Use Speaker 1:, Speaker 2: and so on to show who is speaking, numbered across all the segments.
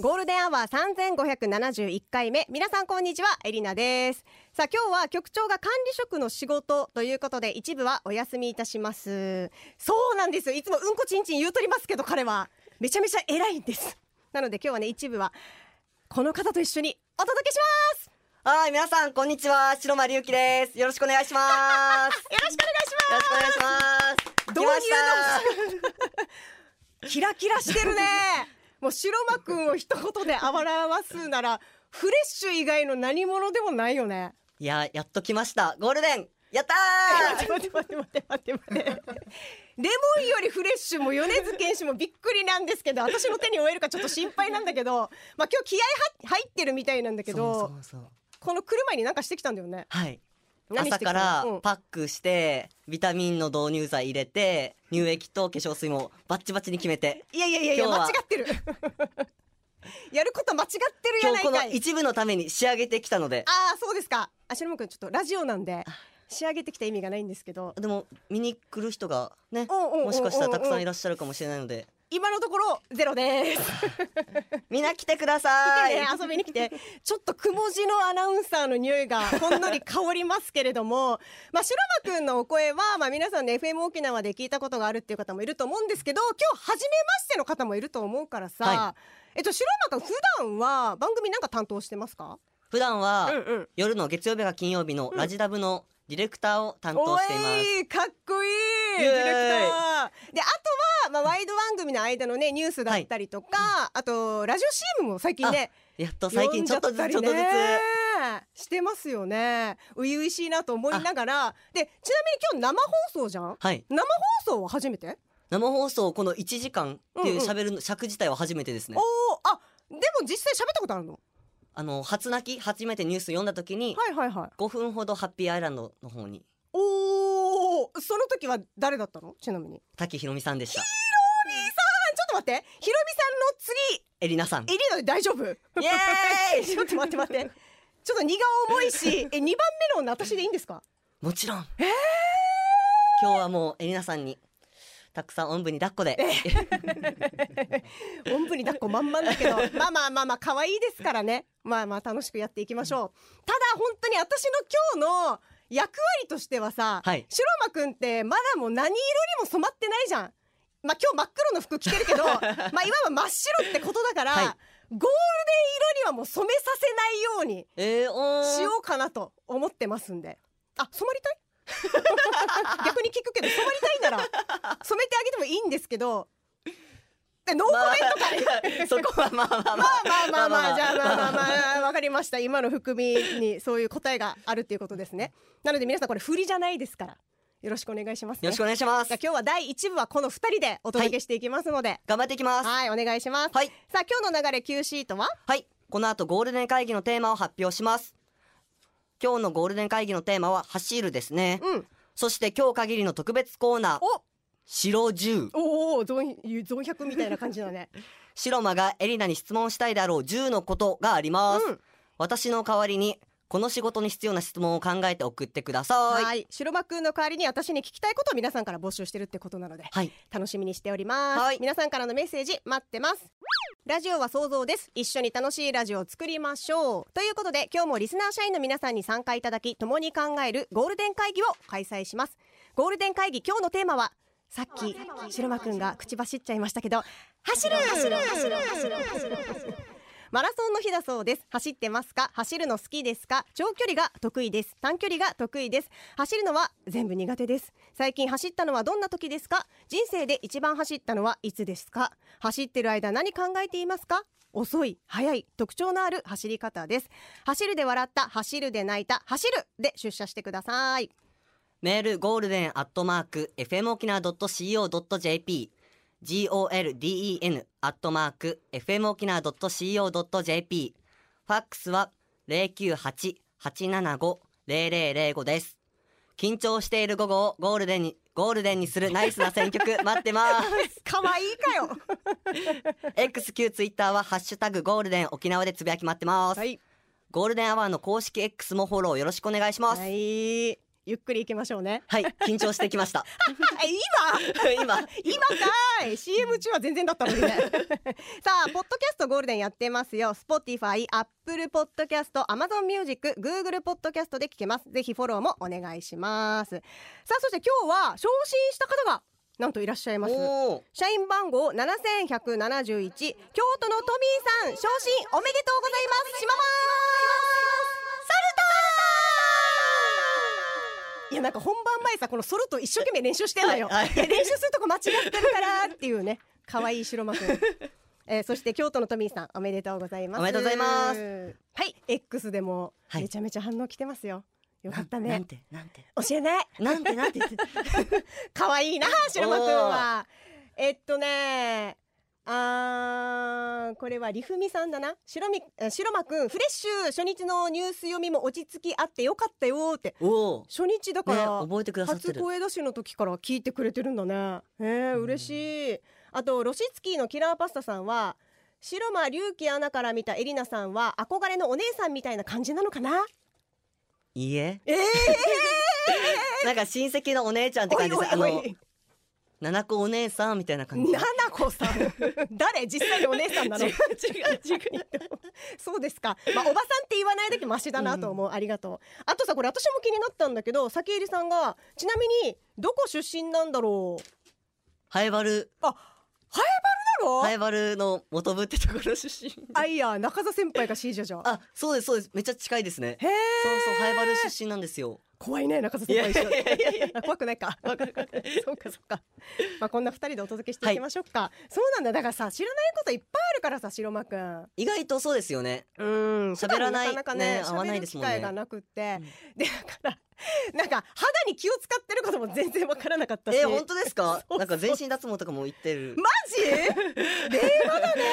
Speaker 1: ゴールデンアワー三千五百七十一回目、皆さんこんにちは、エリナです。さあ、今日は局長が管理職の仕事ということで、一部はお休みいたします。そうなんですよ、いつもうんこちんちん言うとりますけど、彼はめちゃめちゃ偉いんです。なので、今日はね、一部はこの方と一緒にお届けします。
Speaker 2: はい、皆さん、こんにちは。白間隆樹です。よろしくお願いします。
Speaker 1: よろしくお願いし
Speaker 2: よろしくお願いします。
Speaker 1: どう
Speaker 2: 来ました
Speaker 1: ます。キラキラしてる ね。もう白間くんを一言で表すなら、フレッシュ以外の何者でもないよね。
Speaker 2: いや、やっと来ました。ゴールデン。やった
Speaker 1: 待って待って待って待って待って待ってレモンよりフレッシュも米津玄師もびっくりなんですけど私の手に負えるかちょっと心配なんだけどまあ今日気合は入ってるみたいなんだ
Speaker 2: ー。
Speaker 1: けど
Speaker 2: そうそうそう。
Speaker 1: この車に何かしてきたんだよね
Speaker 2: はい。
Speaker 1: 何して
Speaker 2: 朝
Speaker 1: きた
Speaker 2: か
Speaker 1: の
Speaker 2: ら
Speaker 1: うん
Speaker 2: パックして、ビタミンの導入剤入れて、乳液と化粧水もバッチバチに決めて。
Speaker 1: いやいやいやいや
Speaker 2: 今日
Speaker 1: 間違
Speaker 2: は
Speaker 1: ってるやること間違ってるやな
Speaker 2: 今日
Speaker 1: い
Speaker 2: この
Speaker 1: かい
Speaker 2: 一部のために仕上げてきたので。
Speaker 1: ああそうですかあしのむくんちょっとラジオなんで仕上げてきた意味がないんですけど
Speaker 2: でも、見に来る人がね、
Speaker 1: おうおうおうおう
Speaker 2: もしかしたらたくさんいらっしゃるかもしれないので、
Speaker 1: 今のところゼロです
Speaker 2: みんな来てくだ
Speaker 1: 来
Speaker 2: さ
Speaker 1: て
Speaker 2: い
Speaker 1: ね。 遊びに来てちょっとくも字のアナウンサーの匂いがほんのり香りますけれども まあ白馬くんのお声はまあ皆さんね FM 沖縄で聞いたことがあるっていう方もいると思うんですけど今日初めましての方もいると思うからさ、
Speaker 2: は
Speaker 1: えっと白馬くん普段は番組なんか担当してますか
Speaker 2: 普段は、
Speaker 1: うん
Speaker 2: 夜の月曜日が金曜日のラジダブのディレクターを担当しています。
Speaker 1: おいかっこいい
Speaker 2: イエーイ
Speaker 1: ディレクターであとは、まあ、ワイド番組の間のねニュースだったりとか、あとラジオ CM も最近ね
Speaker 2: やっと最近ちょっとずつ、ちょ
Speaker 1: 読ん
Speaker 2: っと
Speaker 1: じ
Speaker 2: ず
Speaker 1: ゃ
Speaker 2: つ
Speaker 1: たりね。してますよね初々しいなと思いながらでちなみに今日生放送じゃん
Speaker 2: はい。
Speaker 1: 生放送は初めて
Speaker 2: 生放送この1時間っていう
Speaker 1: うんうん
Speaker 2: 喋るの尺自体は初めてですね。
Speaker 1: おおあでも実際喋ったことあるの
Speaker 2: あの、初泣き、初めてニュース読んだ時に、
Speaker 1: はいはいはい
Speaker 2: 5分ほどハッピーアイランドの方に、
Speaker 1: おおその時は誰だったのちなみに
Speaker 2: 滝ひろみさんでした。
Speaker 1: あちょっと待ってひろみさんの
Speaker 2: えりなさん。
Speaker 1: 次エリーナで大丈夫
Speaker 2: イエー イ
Speaker 1: ちょっと待って待ってちょっと荷が重いし え二番目の女私でいいんですか
Speaker 2: もちろん。今日はもうえりなさんに、たくさんおんぶに抱っこで、
Speaker 1: おんぶに抱っこまんまんだけどまあまあまあまあ可愛いですからねまあまあ楽しくやっていきましょうただ本当に私の今日の役割としてはさ、
Speaker 2: はい
Speaker 1: 白間くんってまだもう何色にも染まってないじゃんまあ今日真っ黒の服着てるけ どまあいわば真っ白ってことだから、
Speaker 2: はい
Speaker 1: ゴールデン色にはもう染めさせないように
Speaker 2: えー、おー
Speaker 1: しようかなと思ってますんであ染まりたい逆に聞くけど染まりたいなら染めてあげてもいいんですけどでノーコメントかね、
Speaker 2: そこはまあまあま
Speaker 1: ま
Speaker 2: あ。
Speaker 1: あまあまあまあじゃあまあまあ
Speaker 2: あ。
Speaker 1: まあわかりました今の含みにそういう答えがあるっていうことですねなので皆さんこれ振りじゃないですからよろしくお願いしますね
Speaker 2: よろしくお願いしま
Speaker 1: じ
Speaker 2: す
Speaker 1: ゃあ。今日は第一部はこの二人でお届けしていきますので
Speaker 2: 頑張っていきます。
Speaker 1: はいお願いします
Speaker 2: はい。
Speaker 1: さあ今日の流れ Q シートは
Speaker 2: はい。この後ゴールデン会議のテーマを発表します。今日のゴールデン会議のテーマは走るですね。
Speaker 1: うん
Speaker 2: そして今日限りの特別コーナー、
Speaker 1: お
Speaker 2: 白銃。
Speaker 1: おおゾンゾン100みたいな感じだね
Speaker 2: 白間がエリナに質問したいであろう銃のことがあります。
Speaker 1: うん
Speaker 2: 私の代わりに、この仕事に必要な質問を考えて送ってくださ。
Speaker 1: はいい白馬くんの代わりに私に聞きたいことを皆さんから募集してるってことなので
Speaker 2: はい。
Speaker 1: 楽しみにしております、
Speaker 2: はい
Speaker 1: 皆さんからのメッセージ待ってますラジオは想像です一緒に楽しいラジオを作りましょうということで今日もリスナー社員の皆さんに参加いただき共に考えるゴールデン会議を開催しますゴールデン会議今日のテーマはさっき白間くんが口走っちゃいましたけど走る走る走る走るマラソンの日だそうです走ってますか走るの好きですか長距離が得意です短距離が得意です走るのは全部苦手です最近走ったのはどんな時ですか人生で一番走ったのはいつですか走ってる間何考えていますか遅い速い特徴のある走り方です走るで笑った走るで泣いた走るで出社してください
Speaker 2: メールゴールデンアットマーク fmokina.co.jp golden アットマーク fmokina.co.jp ファックスは098-875-0005です。緊張している午後をゴールデンにゴールデンにするナイスな選 曲待ってます
Speaker 1: かわいいかよ
Speaker 2: XQ ツイッターはハッシュタグゴールデン沖縄でつぶやき待ってます、
Speaker 1: はい
Speaker 2: ゴールデンアワーの公式 X もフォローよろしくお願いします
Speaker 1: は
Speaker 2: はい、
Speaker 1: いゆっくり行きましょうね
Speaker 2: 緊張してきました
Speaker 1: え今
Speaker 2: 今
Speaker 1: 今かい CM 中は全然だったのにねさあポッドキャストゴールデンやってますよ Spotify、Apple ポッドキャスト、Amazon Music、Google ポッドキャストで聞けますぜひフォローもお願いしますさあそして今日は昇進した方がなんといらっしゃいます
Speaker 2: おお
Speaker 1: 社員番号7171京都のトミーさん昇進おめでとうございますしままーすサルターいやなんか本番前さこのソルト一生懸命練習してんのよ、
Speaker 2: はいはい
Speaker 1: いや練習するとこ間違ってるからっていうね可愛い白幕 えー、そして京都のトミーさんおめでとうございます
Speaker 2: おめでとうございます
Speaker 1: はい X でも
Speaker 2: はい
Speaker 1: めちゃめちゃ反応来てますよ、よかった
Speaker 2: なん
Speaker 1: ね
Speaker 2: てなんて
Speaker 1: 教えない
Speaker 2: なんてなんて言って
Speaker 1: 可愛いな白間くんはえっとねあーこれはりふみさんだな白みえ白間くんフレッシュ初日のニュース読みも落ち着きあってよかったよって
Speaker 2: おお
Speaker 1: 初日だか
Speaker 2: ね
Speaker 1: ら、
Speaker 2: 覚えてくださって
Speaker 1: 初
Speaker 2: る
Speaker 1: 声出しの時から聞いてくれてるんだねえー、嬉しいあとロシツキーのキラーパスタさんは白間隆起アナから見たエリナさんは憧れのお姉さんみたいな感じなのかない
Speaker 2: いえ
Speaker 1: えー、
Speaker 2: なんか親戚のお姉ちゃんって
Speaker 1: お
Speaker 2: 感
Speaker 1: い
Speaker 2: じで
Speaker 1: お
Speaker 2: すあ
Speaker 1: い
Speaker 2: の
Speaker 1: おい
Speaker 2: 七子お姉さんみたいな感じ
Speaker 1: ななこ さん誰実際にお姉さんなの違う違うそうですか、まあ、おばさんって言わないだけマシだなと思う、ありがとうあとさこれ私も気になったんだけど先入さんがちなみにどこ出身なんだろう
Speaker 2: ハエバル
Speaker 1: だろ、
Speaker 2: ハエバルの元部ってところ出身
Speaker 1: あいや中澤先輩が C じゃじゃ
Speaker 2: あそうですそうですめっちゃ近いですね
Speaker 1: へえ
Speaker 2: そうそうハエバル出身なんですよ
Speaker 1: 怖いね中澤先輩一緒
Speaker 2: いやいやいやい
Speaker 1: あ怖くないかそうかそうかまあこんな二人でお届けしていきましょうか、そうなんだだからさ知らないこといっぱいあるからさ白間くん
Speaker 2: 意外とそうですよね
Speaker 1: うん
Speaker 2: 喋らな
Speaker 1: 普段な
Speaker 2: い
Speaker 1: かなかね
Speaker 2: ね合わないですもんね
Speaker 1: 喋る機会がなくって、でだからなんか肌に気を使ってることも全然わからなかったし
Speaker 2: えー、本当ですか
Speaker 1: そうそう
Speaker 2: なんか全身脱毛とかも言ってる、
Speaker 1: マジ令和だね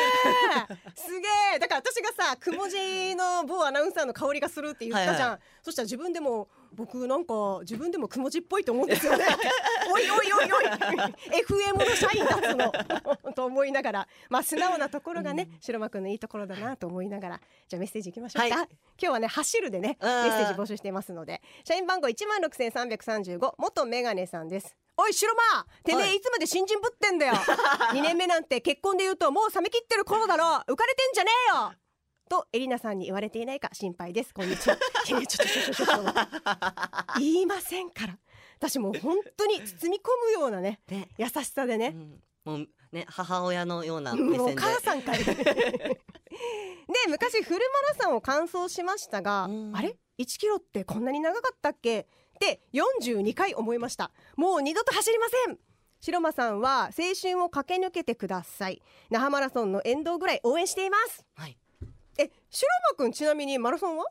Speaker 1: すげえだから私がさくもじの某アナウンサーの香りがするって言ったじゃん、
Speaker 2: はいは
Speaker 1: そしたら自分でも僕なんか自分でもくもじっぽいと思うんですよね おいおいおいおい FM の社員だったの と思いながらまあ素直なところがね、白間くんのいいところだなと思いながらじゃあメッセージいきましょうか、
Speaker 2: はい
Speaker 1: 今日はね走るでねメ
Speaker 2: うん
Speaker 1: ッセージ募集していますので社員番号16,335元メガネさんですおい白間てめえ
Speaker 2: はい
Speaker 1: いつまで新人ぶってん だよ2年目なんて結婚で言うともう冷めきってる頃だろ浮かれてんじゃねえよとエリナさんに言われていないか心配ですこんにち はいやいやちょちょちょちょちょ言いませんから私もう本当に包み込むようなね
Speaker 2: ね
Speaker 1: 優しさでね
Speaker 2: うん、もうね母親のような目
Speaker 1: もうお
Speaker 2: 線で
Speaker 1: 母さん かいね昔フルマラソンを完走しましたが、
Speaker 2: うん
Speaker 1: あれ1キロってこんなに長かったっけって42回思いましたもう二度と走りません白間さんは青春を駆け抜けてください那覇マラソンの沿道ぐらい応援しています
Speaker 2: はい
Speaker 1: え白間くんちなみにマラソンは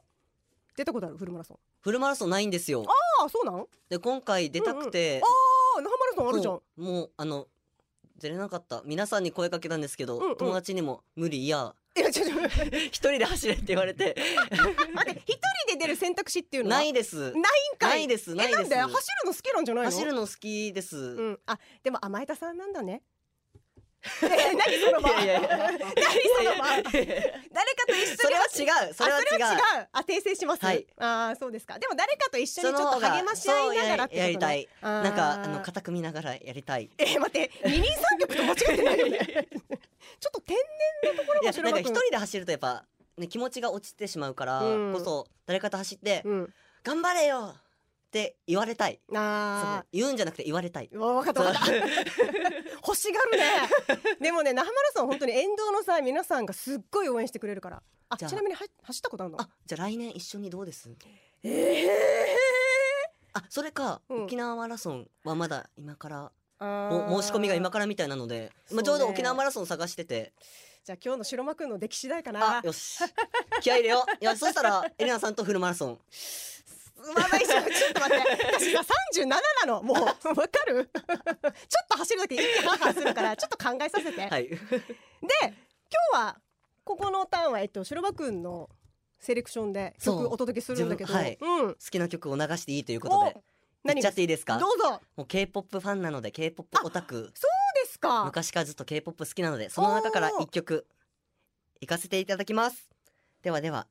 Speaker 1: 出たことあるフルマラソン
Speaker 2: フルマラソンないんですよ
Speaker 1: ああそうなんあ
Speaker 2: で今回出たくて、
Speaker 1: あ那覇マラソンあるじゃん
Speaker 2: そうもうあの出れなかった皆さんに声かけたんですけど、
Speaker 1: うんうん
Speaker 2: 友達にも無理いや
Speaker 1: いやちょちょ待って
Speaker 2: 一人で走れって言わ れて
Speaker 1: 一人で出る選択肢っていうのは
Speaker 2: ないです
Speaker 1: ないんかい
Speaker 2: ないですない
Speaker 1: えな
Speaker 2: で
Speaker 1: ん
Speaker 2: す
Speaker 1: だよ走るの好きなんじゃないの
Speaker 2: 走るの好きです、
Speaker 1: うん、あ、でも甘えたさんなんだね。え何その場。
Speaker 2: いやいやいや
Speaker 1: 何その場。誰かと 一緒に。
Speaker 2: それは違うそれは違う
Speaker 1: あ、それは違う。あ、訂正します。
Speaker 2: はい
Speaker 1: あー、そうですか。でも誰かと一緒
Speaker 2: そ
Speaker 1: にち
Speaker 2: の
Speaker 1: ょっ
Speaker 2: 方
Speaker 1: と
Speaker 2: が
Speaker 1: 励まし合いながらって
Speaker 2: そう
Speaker 1: こ
Speaker 2: ややり
Speaker 1: と、ね、
Speaker 2: たい
Speaker 1: あー
Speaker 2: なんかあの肩組みながらやりたい
Speaker 1: えー、待って、二人三脚と間違ってないよね。ちょっと天然なところ
Speaker 2: い
Speaker 1: も
Speaker 2: や
Speaker 1: 白
Speaker 2: なんか
Speaker 1: 間
Speaker 2: 一
Speaker 1: 君。
Speaker 2: 人で走るとやっぱ、ね、気持ちが落ちてしまうから
Speaker 1: うん
Speaker 2: こそ、誰かと走って、
Speaker 1: うん。
Speaker 2: 頑張れよって言われたいそ
Speaker 1: あ
Speaker 2: の言うんじゃなくて言われたい
Speaker 1: あ。わかったわかった。 欲しがるね。でもね、那覇マラソン本当に沿道のさ、皆さんがすっごい応援してくれるから。あ、
Speaker 2: じゃあ
Speaker 1: ちなみには走ったことあるの？
Speaker 2: あじゃあ来年一緒にどうです
Speaker 1: ええ
Speaker 2: あそれか、
Speaker 1: うん
Speaker 2: 沖縄マラソンはまだ今から
Speaker 1: お
Speaker 2: お申し込みが今からみたいなので、ま
Speaker 1: そうね
Speaker 2: あ、ちょうど沖縄マラソン探してて
Speaker 1: じゃあ今日の白間くんの出来次第かな
Speaker 2: あよし気合い入れよういやそしたらエレナさんとフルマラソン
Speaker 1: まだ一緒ちょっと待って私が37なのもうわか るちょっと走るだけ一気ハーハーするからちょっと考えさせて、
Speaker 2: はい
Speaker 1: で今日はここのターンはえっと白間くんのセレクションで
Speaker 2: そ
Speaker 1: 曲
Speaker 2: う
Speaker 1: お届けするんだけど
Speaker 2: 自分はい
Speaker 1: うん
Speaker 2: 好きな曲を流していいということで言っ
Speaker 1: 何
Speaker 2: ちゃ
Speaker 1: が
Speaker 2: っていいですか
Speaker 1: どうぞ
Speaker 2: もう K-POP ファンなので K-POP オタク
Speaker 1: ですか
Speaker 2: 昔からずっと K-POP 好きなのでその中から一曲行かせていただきますではでは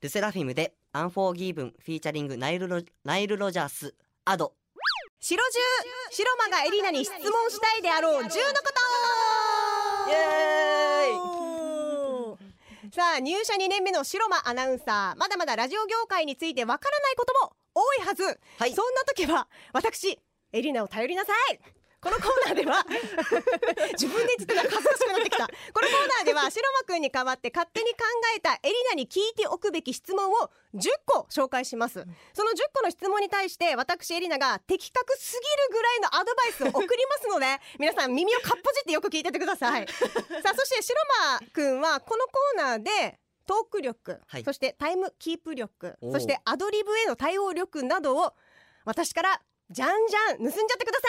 Speaker 2: ルセラフィムでアンフォーギーブンフィーチャリングナイルロナイルロジャースアド
Speaker 1: 白十白間がエリナに質問したいであろう十のことさあ入社2年目の白間アナウンサーまだまだラジオ業界についてわからないことも多いはず、
Speaker 2: はい
Speaker 1: そんな時は私エリナを頼りなさいこのコーナーでは自分で言ってたら恥ずかしくなってきたこのコーナーでは白間くんに代わって勝手に考えたエリナに聞いておくべき質問を10個紹介します、その10個の質問に対して私エリナが的確すぎるぐらいのアドバイスを送ります ので皆さん耳をかっぽじってよく聞いててくださいさあそして白間くんはこのコーナーでトーク力、
Speaker 2: はい
Speaker 1: そしてタイムキープ力
Speaker 2: おう
Speaker 1: そしてアドリブへの対応力などを私からじゃんじゃん盗んじゃってください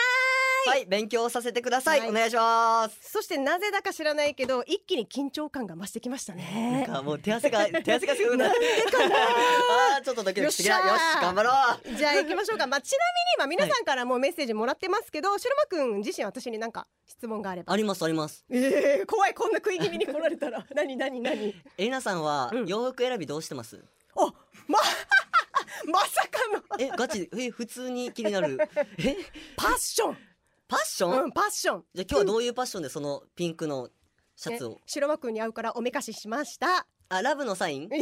Speaker 2: はい勉強させてください、
Speaker 1: はい
Speaker 2: お願いします
Speaker 1: そしてなぜだか知らないけど一気に緊張感が増してきました
Speaker 2: なん
Speaker 1: ね
Speaker 2: かもう手 汗が手汗がすごくなってあーちょっとドキドキしてきた
Speaker 1: よ
Speaker 2: よ
Speaker 1: っしゃー
Speaker 2: し頑張ろう
Speaker 1: じゃあ行きましょ うか、まあ、ちなみに今皆さんからもメッセージもらってますけど、白間くん自身私に何か質問があれば
Speaker 2: ありますあります
Speaker 1: ええ怖いこんな食い気味に来られたら何何何
Speaker 2: エリナさんは
Speaker 1: うん
Speaker 2: 洋服選びどうしてます、
Speaker 1: あま まさかの
Speaker 2: えガチえ普通に気に なるえ
Speaker 1: パッション
Speaker 2: パッション、
Speaker 1: うんパッション
Speaker 2: じゃあ今日はどういうパッションでそのピンクのシャツを
Speaker 1: ね白間くんに会うからおめかししました
Speaker 2: あラブのサイン
Speaker 1: ええ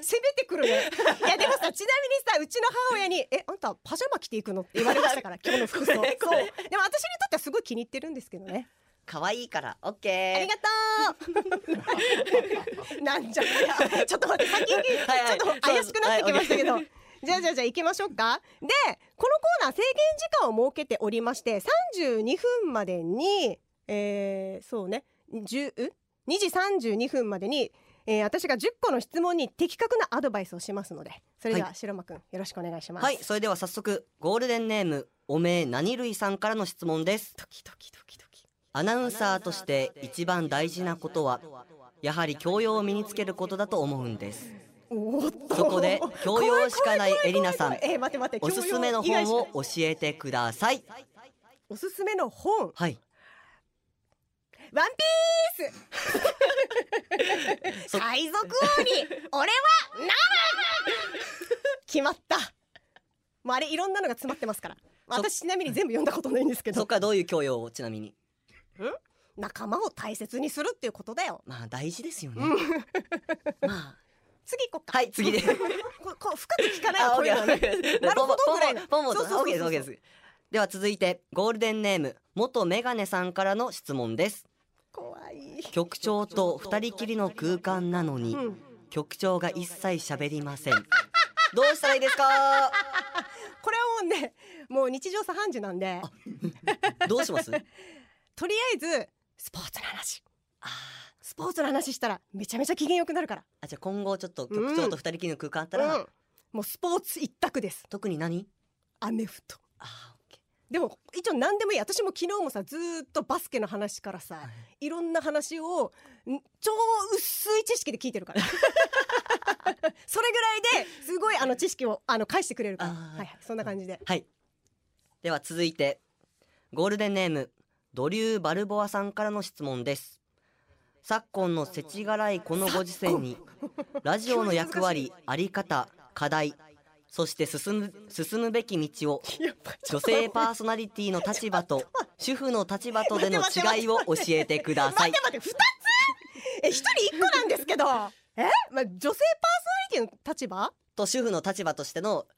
Speaker 1: 攻めてくるねいやでもさちなみにさうちの母親に「えあんたパジャマ着ていくの?」って言われましたから今日の服装そうでも
Speaker 2: こ
Speaker 1: 私
Speaker 2: れこれ
Speaker 1: にとってはすごい気に入ってるんですけどね
Speaker 2: 可愛いからオッケ
Speaker 1: あり
Speaker 2: ー
Speaker 1: がと うなんじゃこりゃちょっと待って先に
Speaker 2: はいはい
Speaker 1: ちょっと怪しくなってきましたけど、じゃあじゃあじゃあ行きましょうかでこのコーナー制限時間を設けておりまして32分までにえー、そうね10ん2時32分までに、えー、私が10個の質問に的確なアドバイスをしますのでそれで
Speaker 2: は
Speaker 1: は白間くんよろしくお願いします、
Speaker 2: はいそれでは早速ゴールデンネームおめえ何類さんからの質問です
Speaker 1: ドキドキドキドキ
Speaker 2: アナウンサーとして一番大事なことはやはり教養を身につけることだと思うんです
Speaker 1: おーっと
Speaker 2: そこで教養しかないエリナさん
Speaker 1: 怖い怖い怖い怖いえー、待って待って
Speaker 2: おすすめの
Speaker 1: 教養以
Speaker 2: 本
Speaker 1: 外しか
Speaker 2: を教えてください
Speaker 1: おすすめの本
Speaker 2: はい
Speaker 1: ワンピース
Speaker 2: そ
Speaker 1: 海賊王に俺はなる決まったもうあれいろんなのが詰まってますから
Speaker 2: そ
Speaker 1: 私ちなみに全部読んだことないんですけ
Speaker 2: そっ
Speaker 1: ど
Speaker 2: からどういう教養をちなみに
Speaker 1: 仲間を大切にするっていうことだよ
Speaker 2: まあ大事ですよねまあ
Speaker 1: 次行こっか
Speaker 2: はい次で
Speaker 1: ここう深く聞かないよ
Speaker 2: あ、
Speaker 1: こういうのはねなるほど
Speaker 2: ポンポン
Speaker 1: ぐらいの
Speaker 2: ポンポン
Speaker 1: そうそうそうそう
Speaker 2: オッケーですオッケーですでは続いてゴールデンネーム元メガネさんからの質問です
Speaker 1: 怖い
Speaker 2: 局長と二人きりの空間なのに、
Speaker 1: うん
Speaker 2: 局長が一切喋りませんどうしたらいいですか
Speaker 1: これはもうねもう日常茶飯事なんで
Speaker 2: どうします
Speaker 1: とりあえずスポーツの話スポーツの話したらめちゃめちゃ機嫌よくなるから
Speaker 2: あじゃあ今後ちょっと局長と二人きりの空間あったら、
Speaker 1: うんもうスポーツ一択です
Speaker 2: 特に何
Speaker 1: アメフト
Speaker 2: あーオッケ
Speaker 1: でも一応何でもいい私も昨日もさずーっとバスケの話からさ、い、ろんな話をん超薄い知識で聞いてる からそれぐらいですごいあの知識をあの返してくれるから
Speaker 2: あ
Speaker 1: は
Speaker 2: ー
Speaker 1: い、はい、そんな感じで
Speaker 2: ーはいでは続いてゴールデンネームドリュー・バルボアさんからの質問です昨今の世知辛いこのご時世にラジオの役割あり方課題そして進む進むべき道を
Speaker 1: やっぱちょ
Speaker 2: 女
Speaker 1: っと待
Speaker 2: 性
Speaker 1: って
Speaker 2: パーソナリティの立場と主婦の立場とでの違いを教えてください
Speaker 1: 待って待って二つえ一人一個なんですけ どえ、まあ、女性パーソナリティの立場
Speaker 2: と主婦の立場としての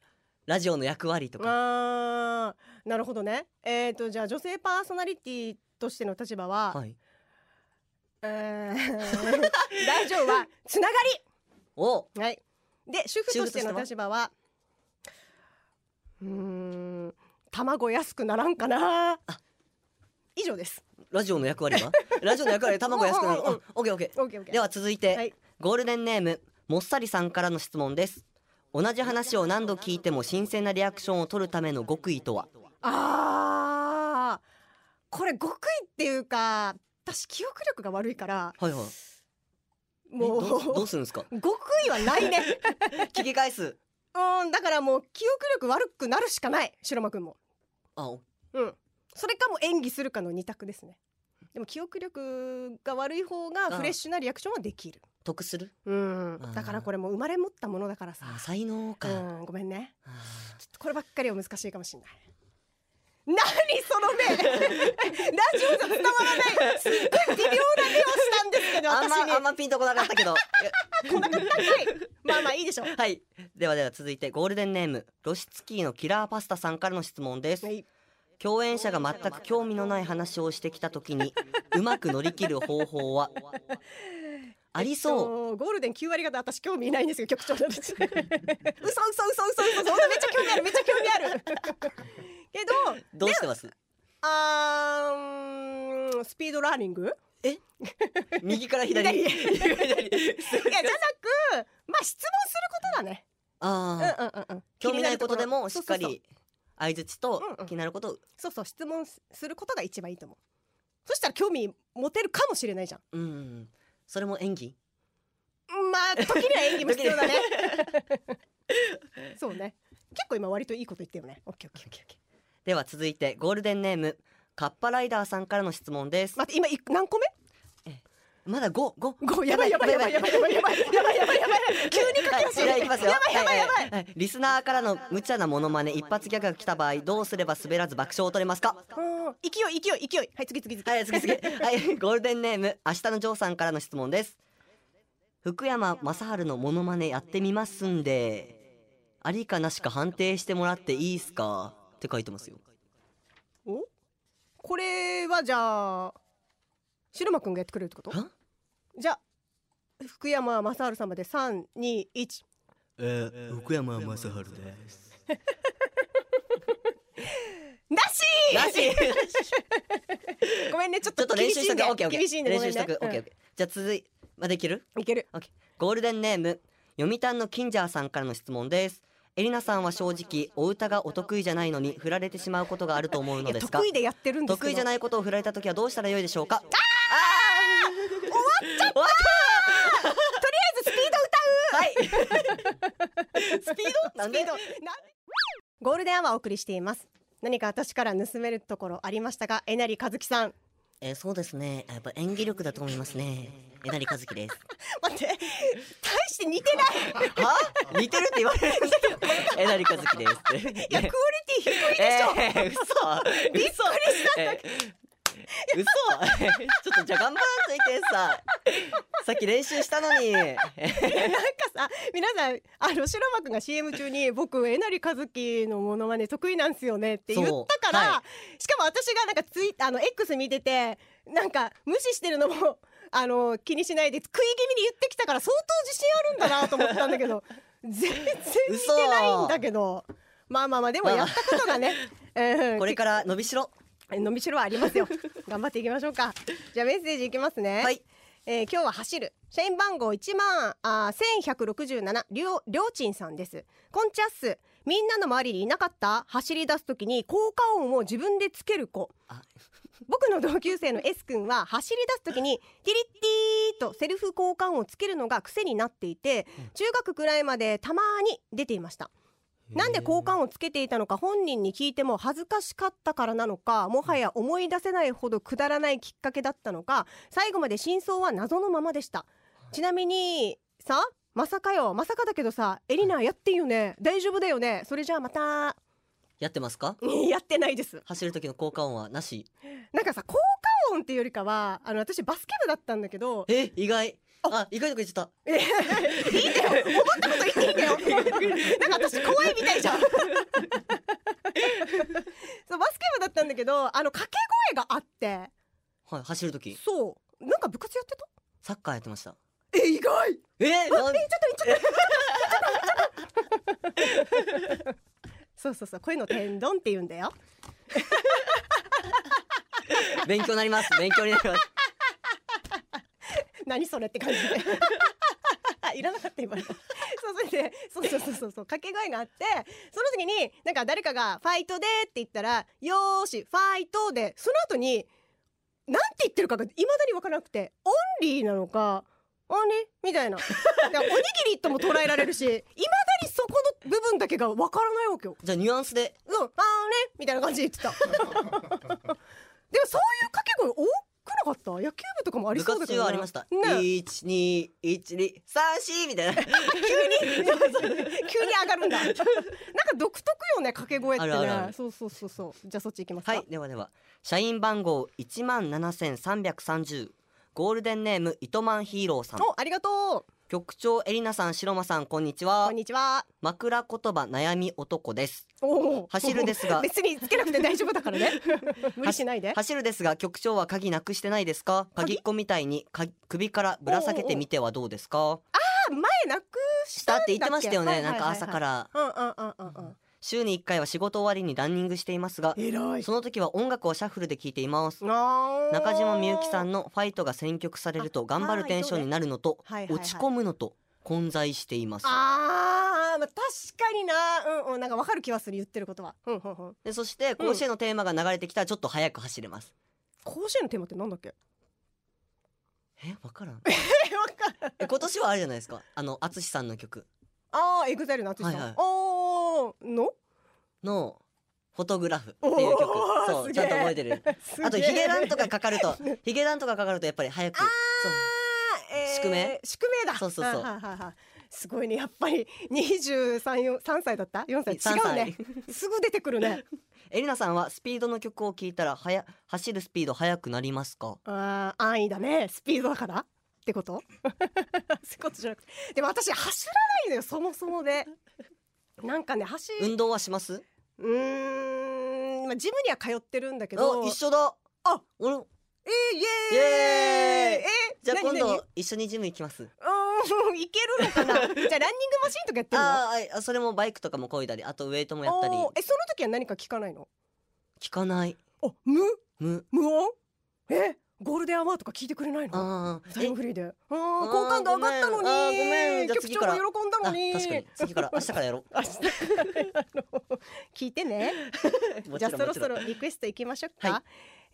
Speaker 2: ラジオの役割とか
Speaker 1: あーなるほどねえっ、とじゃあ女性パーソナリティとしての立場は、
Speaker 2: はい
Speaker 1: えー大丈夫はつながり
Speaker 2: を
Speaker 1: はい。で主婦として
Speaker 2: 主婦として
Speaker 1: の
Speaker 2: は
Speaker 1: 立場は、うーん、卵安くならんかな。以上です。
Speaker 2: ラジオの 役割はラジオの役割卵安くなる
Speaker 1: うんうんうん
Speaker 2: あオッケーオッケ
Speaker 1: オッケーオッケ
Speaker 2: ー
Speaker 1: ー。
Speaker 2: では続いて、
Speaker 1: はい
Speaker 2: ゴールデンネームもっさりさんからの質問です同じ話を何度聞いても新鮮なリアクションを取るための極意とは
Speaker 1: ああ、これ極意っていうか、私記憶力が悪いから、
Speaker 2: はいはいえ
Speaker 1: も
Speaker 2: どうどう
Speaker 1: う。
Speaker 2: するんですか
Speaker 1: 極意はないね。
Speaker 2: 聞き返す
Speaker 1: うんだからもう記憶力悪くなるしかない白間くんも
Speaker 2: あお
Speaker 1: うんそれかもう演技するかの二択ですねでも記憶力が悪い方がフレッシュなリアクションはできる
Speaker 2: 得する
Speaker 1: うん
Speaker 2: ー
Speaker 1: だからこれもう生まれ持ったものだからさ
Speaker 2: あ才能か、
Speaker 1: うんごめんね
Speaker 2: あー
Speaker 1: ちょっとこればっかりは難しいかもしれない何その 目ラジオじゃ伝わらないすっごい微妙な目をしたんですけど
Speaker 2: あん
Speaker 1: 私に
Speaker 2: まあんまピンとこなかったけど いや
Speaker 1: まあまあいいでしょう
Speaker 2: はいではでは続いてゴールデンネームロシツキーのキラーパスタさんからの質問です、
Speaker 1: はい
Speaker 2: 共演者が全く興味のない話をしてきた 時にうまく乗り切る方法はありそう
Speaker 1: うゴールデン9割方私興味ないんですよ局長なんです 嘘嘘嘘嘘嘘嘘めっちゃ興味あるめっちゃ興味 あるけど
Speaker 2: どうしてます
Speaker 1: あーうんスピードラーニング
Speaker 2: 右から左 に
Speaker 1: いやじゃなくまあ質問することだね
Speaker 2: あ
Speaker 1: うん
Speaker 2: あ、
Speaker 1: うんうんうん
Speaker 2: 興味ないことでも
Speaker 1: 気
Speaker 2: しっ
Speaker 1: にな
Speaker 2: か
Speaker 1: るところ
Speaker 2: り相槌と
Speaker 1: うんうん
Speaker 2: 気になることを
Speaker 1: そうそうそうそう質問することが一番いいと思うそしたら興味持てるかもしれないじゃん
Speaker 2: うんうんそれも演技
Speaker 1: まあ時には演技も必要だねそうね結構今割といいこと言ってるねオッケーオッケーオッケーオッケー
Speaker 2: では続いてゴールデンネームカッパライダーさんからの質問です
Speaker 1: 待って今い何個目
Speaker 2: まだ5 5
Speaker 1: ごやばいやばいやばいやばいやばいやばいやばいやばいやばい急にかけ足
Speaker 2: じゃあいきますよ
Speaker 1: やばいやばいやばい
Speaker 2: はははリスナーからの無茶なモノマネ一発ギャグが来た場合どうすれば滑らず爆笑を取れますか
Speaker 1: うん勢い勢い勢いはい次次次
Speaker 2: はい次次はいゴールデンネーム明日のジョーさんからの質問です福山雅治のモノマネやってみますんでありかなしか判定してもらっていいすかって書いてますよ
Speaker 1: おこれはじゃあ白間くんがやってくれるってこと
Speaker 2: は
Speaker 1: じゃあ福山雅治様で三二一
Speaker 2: えー、福山雅治です
Speaker 1: なし
Speaker 2: なし
Speaker 1: ごめんねちょっ
Speaker 2: ちょ
Speaker 1: と
Speaker 2: っと練習しとくオッケーオッケー
Speaker 1: 厳しいんで
Speaker 2: 練
Speaker 1: 厳しい
Speaker 2: 習
Speaker 1: ん
Speaker 2: し
Speaker 1: で
Speaker 2: とく
Speaker 1: ご
Speaker 2: オッ
Speaker 1: めん
Speaker 2: ケ
Speaker 1: ね
Speaker 2: ーオッケーじゃあ続いまでいける
Speaker 1: うんいける
Speaker 2: オッケーゴールデンネーム読谷の金ジャーさんからの質問ですエリナさんは正直お歌がお得意じゃないのに振られてしまうことがあると思うの
Speaker 1: いや
Speaker 2: ですが
Speaker 1: 得意でやってるんですけど
Speaker 2: 得意じゃないことを振られた時はどうしたらよいでしょうか
Speaker 1: スピード スピードなんゴールデンアワーお送りしています何か私から盗めるところありましたがえなりかずきさん
Speaker 2: えーそうですねやっぱ演技力だと思いますねえなりかずきです
Speaker 1: 待って大して似てない
Speaker 2: は似てるって言われるんですよえなりかずきですって
Speaker 1: いやクオリティ低いでしょ、
Speaker 2: えー、嘘びっくりしたんだけど、えー嘘 ちょっとじゃあ頑張らんといてささっき練習したのに
Speaker 1: なんかさ皆さんあの白間くんが CM 中に僕えなりかずきのモノマネ得意なんすよねって言ったから、
Speaker 2: そうは
Speaker 1: しかも私がなんかツイあの X 見ててなんか無視してるのもあの気にしないで食い気味に言ってきたから相当自信あるんだなと思ったんだけ ど全然似てないんだけどまあまあまあでもやったことがね、 うん
Speaker 2: これから伸びしろ
Speaker 1: 飲みしろはありますよ頑張っていきましょうかじゃあメッセージいきますね
Speaker 2: はい、
Speaker 1: えー今日は走る社員番号1万あー1167りょうりょうちんさんですこんちゃっすみんなの周りにいなかった走り出すときに効果音を自分でつける子
Speaker 2: あ
Speaker 1: 僕の同級生の S 君は走り出すときにティリッティーとセルフ効果音をつけるのが癖になっていて中学くらいまでたまに出ていましたなんで交換をつけていたのか本人に聞いても恥ずかしかったからなのかもはや思い出せないほどくだらないきっかけだったのか最後まで真相は謎のままでしたちなみにさまさかよまさかだけどさエリナやってんよね大丈夫だよねそれじゃあまた
Speaker 2: やってますか
Speaker 1: やってないです
Speaker 2: 走る時の効果音はなし
Speaker 1: なんかさ効果音っていうよりかはあの私バスケ部だったんだけど
Speaker 2: え意外あ意外とか言っちゃっ
Speaker 1: いいんだよ思ったこと言 っていいんだよなんか私怖いみたいじ ゃんそうバスケ部だったんだけどあの掛け声があって
Speaker 2: たはい走る時
Speaker 1: そうなんか部活やってた
Speaker 2: サッカーやってました
Speaker 1: え意外
Speaker 2: えなん
Speaker 1: そうそうそうこういうの天丼って言うんだよ
Speaker 2: 勉強になります勉強になります
Speaker 1: 何それって感じで いらなかった今のそうそれでそうそうそうそうそう掛け声があってその時になんか誰かが「ファイトで」って言ったら「よーしファイトで」その後になんて言ってるかがいまだに分からなくて「オンリー」なのか「オンリー」みたいなだからおにぎりとも捉えられるしいまだににそこの部分だけがわからないわけよ
Speaker 2: じゃあニュアンスで
Speaker 1: うんあーねみたいな感じで言 ってたでもそういう掛け声多くなかった野球部とかもあり
Speaker 2: 部
Speaker 1: そうだ
Speaker 2: 活
Speaker 1: け
Speaker 2: 中
Speaker 1: ど
Speaker 2: はありました
Speaker 1: ね
Speaker 2: 一二一二三四みたいな
Speaker 1: 急に上がるんだ なんか独特よね掛け声ってね
Speaker 2: あるあるある
Speaker 1: そうそうそうそうじゃあそっち行きますか
Speaker 2: はいではでは社員番号一万七千三百三十ゴールデンネーム糸満ヒーローさん
Speaker 1: おありがとう
Speaker 2: 局長エリナさん白間さんこんにち
Speaker 1: こ
Speaker 2: は
Speaker 1: んにちは
Speaker 2: 枕言葉悩み男です
Speaker 1: おー
Speaker 2: 走るです が
Speaker 1: 別につけなくて大丈夫だから ね無理しないで
Speaker 2: 走るですが局長は鍵なくしてないですか
Speaker 1: 鍵
Speaker 2: 鍵っ子みたいにか首からぶら下げてみてはどうですか
Speaker 1: 前なくし
Speaker 2: し
Speaker 1: たん
Speaker 2: たっ
Speaker 1: だ
Speaker 2: て言ってましたよ
Speaker 1: は
Speaker 2: ね
Speaker 1: いは
Speaker 2: な
Speaker 1: はい
Speaker 2: いんか
Speaker 1: はい
Speaker 2: 朝から
Speaker 1: うんうんうんうんうん
Speaker 2: 週に1回は仕事終わりにランニングしていますが
Speaker 1: 偉い
Speaker 2: その時は音楽をシャッフルで聴いています
Speaker 1: あー
Speaker 2: 中島みゆきさんの「ファイト」が選曲されると頑張るテンションになるのと
Speaker 1: はいはいはい
Speaker 2: 落ち込むのと混在しています
Speaker 1: あー、まあ、確かになうんうんなんかわかる気はする言ってることはうんうんうん
Speaker 2: でそして甲子園のテーマが流れてきたらちょっと早く走れます
Speaker 1: 甲子園のテーマってなんだっけ
Speaker 2: えわからん
Speaker 1: わかんない
Speaker 2: え今年はあれじゃないですかあの淳さんの曲
Speaker 1: あーエグザイルの淳さん、
Speaker 2: はいはい
Speaker 1: おーの
Speaker 2: の「フォトグラフ」っていう曲
Speaker 1: おー
Speaker 2: そ
Speaker 1: す
Speaker 2: うち
Speaker 1: げ
Speaker 2: ゃ
Speaker 1: え
Speaker 2: んと覚えてるあとヒゲダンとかかかるとヒゲダンとかかかるとやっぱり早く宿命
Speaker 1: 宿命だ
Speaker 2: そうそうそう
Speaker 1: はいはいはいはいすごいねやっぱり二十三四三歳だった四歳
Speaker 2: 三
Speaker 1: 違う
Speaker 2: 歳
Speaker 1: ねすぐ出てくるね
Speaker 2: エリナさんはスピードの曲を聴いたらはや走るスピード速くなりますか
Speaker 1: あー安易だねスピードだからってことそういうことじゃなくてでも私走らないのよそもそもでなんかね走
Speaker 2: 運動はします
Speaker 1: うーんまあジムには通ってるんだけど
Speaker 2: あ一緒だ
Speaker 1: あ
Speaker 2: 俺
Speaker 1: えー、イエーイ
Speaker 2: イエーイ
Speaker 1: え
Speaker 2: じゃあ今
Speaker 1: 何何
Speaker 2: 度一緒にジム行きます
Speaker 1: うーん いけるのかなじゃあランニングマシンとかやってるの
Speaker 2: あーはいあそれもバイクとかも漕いだりあとウエイトもやったり
Speaker 1: おーえその時は何か聞かないの
Speaker 2: 聞かない
Speaker 1: あ無
Speaker 2: 無
Speaker 1: 無音えゴールデンアワーとか聞いてくれないの
Speaker 2: あー
Speaker 1: タイムフリーであー
Speaker 2: あー
Speaker 1: 好感度上がったのに
Speaker 2: ごめんあーごめんじゃあ
Speaker 1: 局
Speaker 2: 次
Speaker 1: 長
Speaker 2: から
Speaker 1: も喜んだ
Speaker 2: あ
Speaker 1: のに
Speaker 2: 確かに次から明日からやろ
Speaker 1: 明日からあの 聞いてね
Speaker 2: う も
Speaker 1: じゃあ
Speaker 2: ちろん
Speaker 1: そろ
Speaker 2: もち
Speaker 1: そ
Speaker 2: ん
Speaker 1: ろリクエストいきましょうか、
Speaker 2: は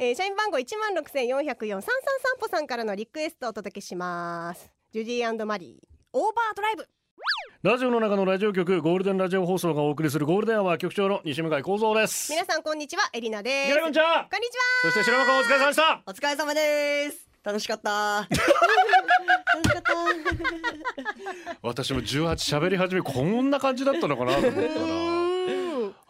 Speaker 1: えー社員番号一万六千四百四三三三歩さんからのリクエストをお届けしますジュディマリーオーバードライブ
Speaker 3: ラジオの中のラジオ局ゴールデンラジオ放送がお送りするゴールデンアワー局長の西向井光三です
Speaker 1: 皆さんこんにちはエリナで
Speaker 3: ギ
Speaker 1: す
Speaker 3: ャラこ
Speaker 1: こん
Speaker 3: ん
Speaker 1: に
Speaker 3: に
Speaker 1: ち
Speaker 3: ち
Speaker 1: は
Speaker 3: はそして白間君お疲れ様でした
Speaker 2: お疲れ様です楽しかっ た楽しかった
Speaker 3: 私も18喋り始めこんな感じだったのかなと思ったら
Speaker 1: うん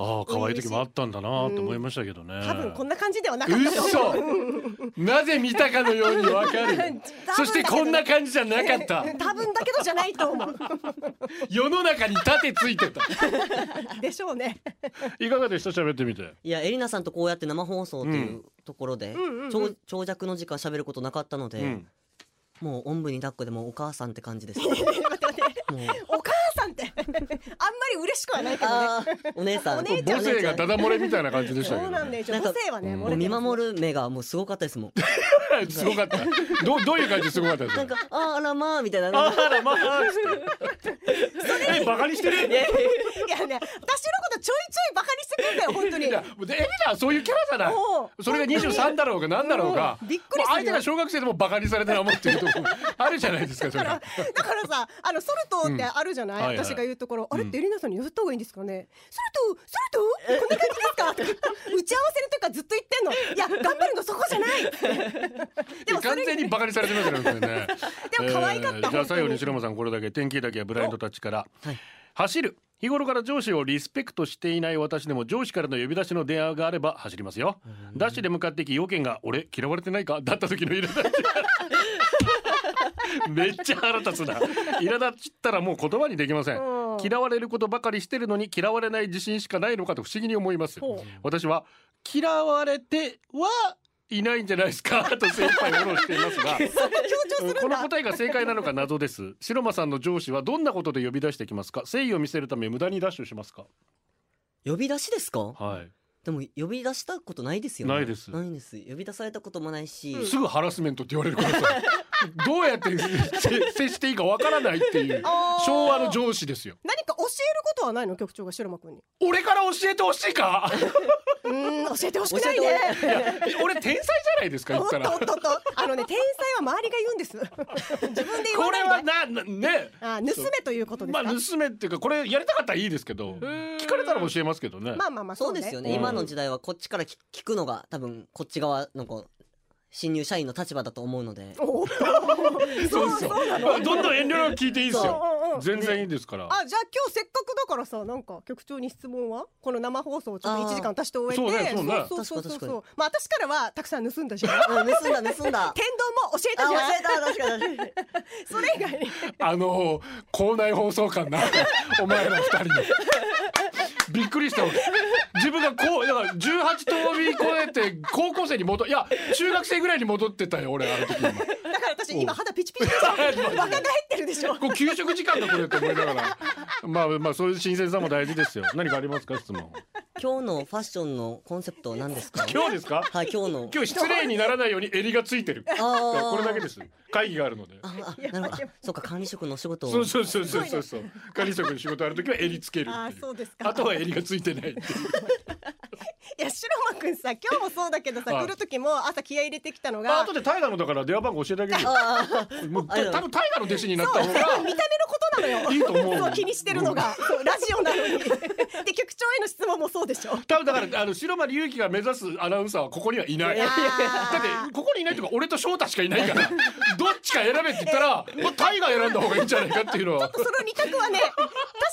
Speaker 3: ああ可愛い時もあったんだなと思いましたけどね
Speaker 1: 多分こんな感じではなかったと思う
Speaker 3: 嘘なぜ見たかのようにわかるそしてこんな感じじゃなかった
Speaker 1: 多分だけどじゃないと思う
Speaker 3: 世の中に盾ついてた
Speaker 1: でしょうね
Speaker 3: いかがでした喋ってみて
Speaker 2: いやエリナさんとこうやって生放送といううところで、
Speaker 1: んうんうん
Speaker 2: 長長尺の時間喋ることなかったので、
Speaker 3: うん
Speaker 2: もうおんぶに抱っこでもうお母さんって感じ ですもう
Speaker 1: お母さんって あんまり嬉しくはないけどね
Speaker 2: あーお姉さん
Speaker 1: お姉ちゃ
Speaker 3: 母
Speaker 1: ん
Speaker 3: 性がダダ漏れみたいな感じでしたけ
Speaker 1: そ
Speaker 3: ど
Speaker 1: うなん
Speaker 3: ね
Speaker 1: でちょっと母性はね
Speaker 3: なん
Speaker 2: もう
Speaker 1: 漏れ
Speaker 2: 見
Speaker 1: てます
Speaker 2: 守る目がもうすごかったですもん
Speaker 3: すごかったどうどういう感じすごかったです
Speaker 2: なん
Speaker 3: か
Speaker 2: かあーあらまあみたいな
Speaker 3: あらまあえバカにしてる
Speaker 1: いやね私のことちょいちょいバカにしてくんだよ本当に
Speaker 3: いやもうでエミナはそういうキャラじゃない
Speaker 1: おう
Speaker 3: それが23だろうが何だろうが
Speaker 1: うんびっくりするよ
Speaker 3: もう相手が小学生でもバカにされたら思ってるとこあるじゃないですかそれは
Speaker 1: だからさあのソルトってあるじゃない、
Speaker 3: うんはいはい
Speaker 1: 私が言うところ、あれってエリナさんに寄せた方がいいんですかね、ソルトソルトこんな感じですか打ち合わせの時からずっと言ってんのいや頑張るのそこじゃないでもそれ
Speaker 3: 完全にバカにされてますよねこれね
Speaker 1: でも可愛かった
Speaker 3: えーじゃあ最後
Speaker 1: 本当
Speaker 3: に
Speaker 1: に
Speaker 3: 白間さんこれだけ天気だけはブラインドタッチから、
Speaker 2: はい
Speaker 3: 走る日頃から上司をリスペクトしていない私でも上司からの呼び出しの電話があれば走りますよダッシュで向かってき要件が俺嫌われてないかだった時の苛 立ちめっちゃ腹立つな苛立ったらもう言葉にできません
Speaker 1: うん
Speaker 3: 嫌われることばかりしてるのに嫌われない自信しかないのかと不思議に思います
Speaker 1: ほう
Speaker 3: 私は嫌われてはいないんじゃないです かと精一杯フォローしていますがうんこの答えが正解なのか謎です白間さんの上司はどんなことで呼び出してきますか誠意を見せるため無駄にダッシュしますか
Speaker 2: 呼び出しですか
Speaker 3: はい、
Speaker 2: でも呼び出したことないですよね
Speaker 3: ないです
Speaker 2: ないです呼び出されたこともないし、
Speaker 3: すぐハラスメントって言われるからさどうやってせ接していいかわからないっていう
Speaker 1: あー
Speaker 3: 昭和の上司ですよ
Speaker 1: 何か教えることはないの局長が白間君に
Speaker 3: 俺から教えてほしいか
Speaker 1: うーん教えてほし
Speaker 2: 教
Speaker 1: くな
Speaker 2: え
Speaker 1: い
Speaker 2: て
Speaker 1: ね
Speaker 2: 俺
Speaker 3: 俺天才じゃないですか
Speaker 1: お
Speaker 3: 言
Speaker 1: っ
Speaker 3: っ
Speaker 1: と
Speaker 3: た
Speaker 1: おっ
Speaker 3: ら。
Speaker 1: とおっとあのね天才は周りが言うんで す自分で言
Speaker 3: こ
Speaker 1: わ
Speaker 3: れ
Speaker 1: な
Speaker 3: はい
Speaker 1: で
Speaker 3: ななね。
Speaker 1: あ盗めということです
Speaker 3: まあ
Speaker 1: か、
Speaker 3: 盗めっていうかこれやりたかったらいいですけど聞かれたら教えますけどね。
Speaker 1: まあまあまあ
Speaker 2: そうですよね、
Speaker 3: うん
Speaker 2: 今の時代はこっちから聞聞くのが多分こっち側のこう新入社員の立場だと思うので
Speaker 1: おっと
Speaker 3: そう
Speaker 1: そう
Speaker 3: そう
Speaker 1: そうなの
Speaker 3: どんどん遠慮なく聞いていいですよ。
Speaker 1: うんうんうん
Speaker 3: 全然いいですから。
Speaker 1: あじゃあ今日せっかくだからさなんか局長に質問はこの生放送をちょっと1時間足して終え
Speaker 3: あーそ
Speaker 1: て
Speaker 3: うねそうね
Speaker 1: そうそうそうそう
Speaker 2: 確かに確か
Speaker 1: そ
Speaker 2: に
Speaker 1: うまあ私からはたくさん盗んだじゃん 天
Speaker 2: うん盗んだ盗んだあ
Speaker 1: 丼も教えた
Speaker 2: 間
Speaker 1: じゃん
Speaker 2: 違えた確かに確かに
Speaker 1: それ以外に
Speaker 3: あの校内放送官 なお前ら二人のびっくりした俺自分がこうだから18通り越えて高校生に戻いや中学生ぐらいに戻ってたよ俺あの時今
Speaker 1: だから私今肌ピチピチでし ょ若返ってるでしょ
Speaker 3: こう給食時間だこれって思いながらまあまあそういう新鮮さも大事ですよ何かありますか質問
Speaker 2: 今日のファッションのコンセプトは何ですか
Speaker 3: 今日ですか
Speaker 2: はい今日の
Speaker 3: 今日失礼にならないように襟がついてるこれだけです会議があるので
Speaker 2: ああなるほどあそうか管理職のお仕事を
Speaker 3: そうそうそうそうそうそう管理職の仕事ある時は襟つけるっていう
Speaker 1: あーそうですか
Speaker 3: あとは襟がついてないっていう
Speaker 1: いや白間くんさ今日もそうだけどさ
Speaker 3: はい
Speaker 1: 来る時も朝気合い入れてきたの
Speaker 3: あ
Speaker 1: が
Speaker 3: 後でタイガーのだから電話番号教えてあげるよ
Speaker 2: あー
Speaker 3: もう
Speaker 2: あり
Speaker 3: た多
Speaker 2: がとう
Speaker 3: 分タイガーの弟子になった
Speaker 1: そ
Speaker 3: 方
Speaker 1: う見
Speaker 3: が
Speaker 1: た目のことなのよ
Speaker 3: いいと思う
Speaker 1: そう気にしてるのがそうラジオな のにで局長への質問もそうでしょ
Speaker 3: 多分だからあの白間隆樹が目指すアナウンサーはここにはいないだってここにいないとか俺と翔太しかいないからどっちか選べって言ったらもうタイガー選んだ方がいいんじゃないかっていうのは
Speaker 1: その二択はね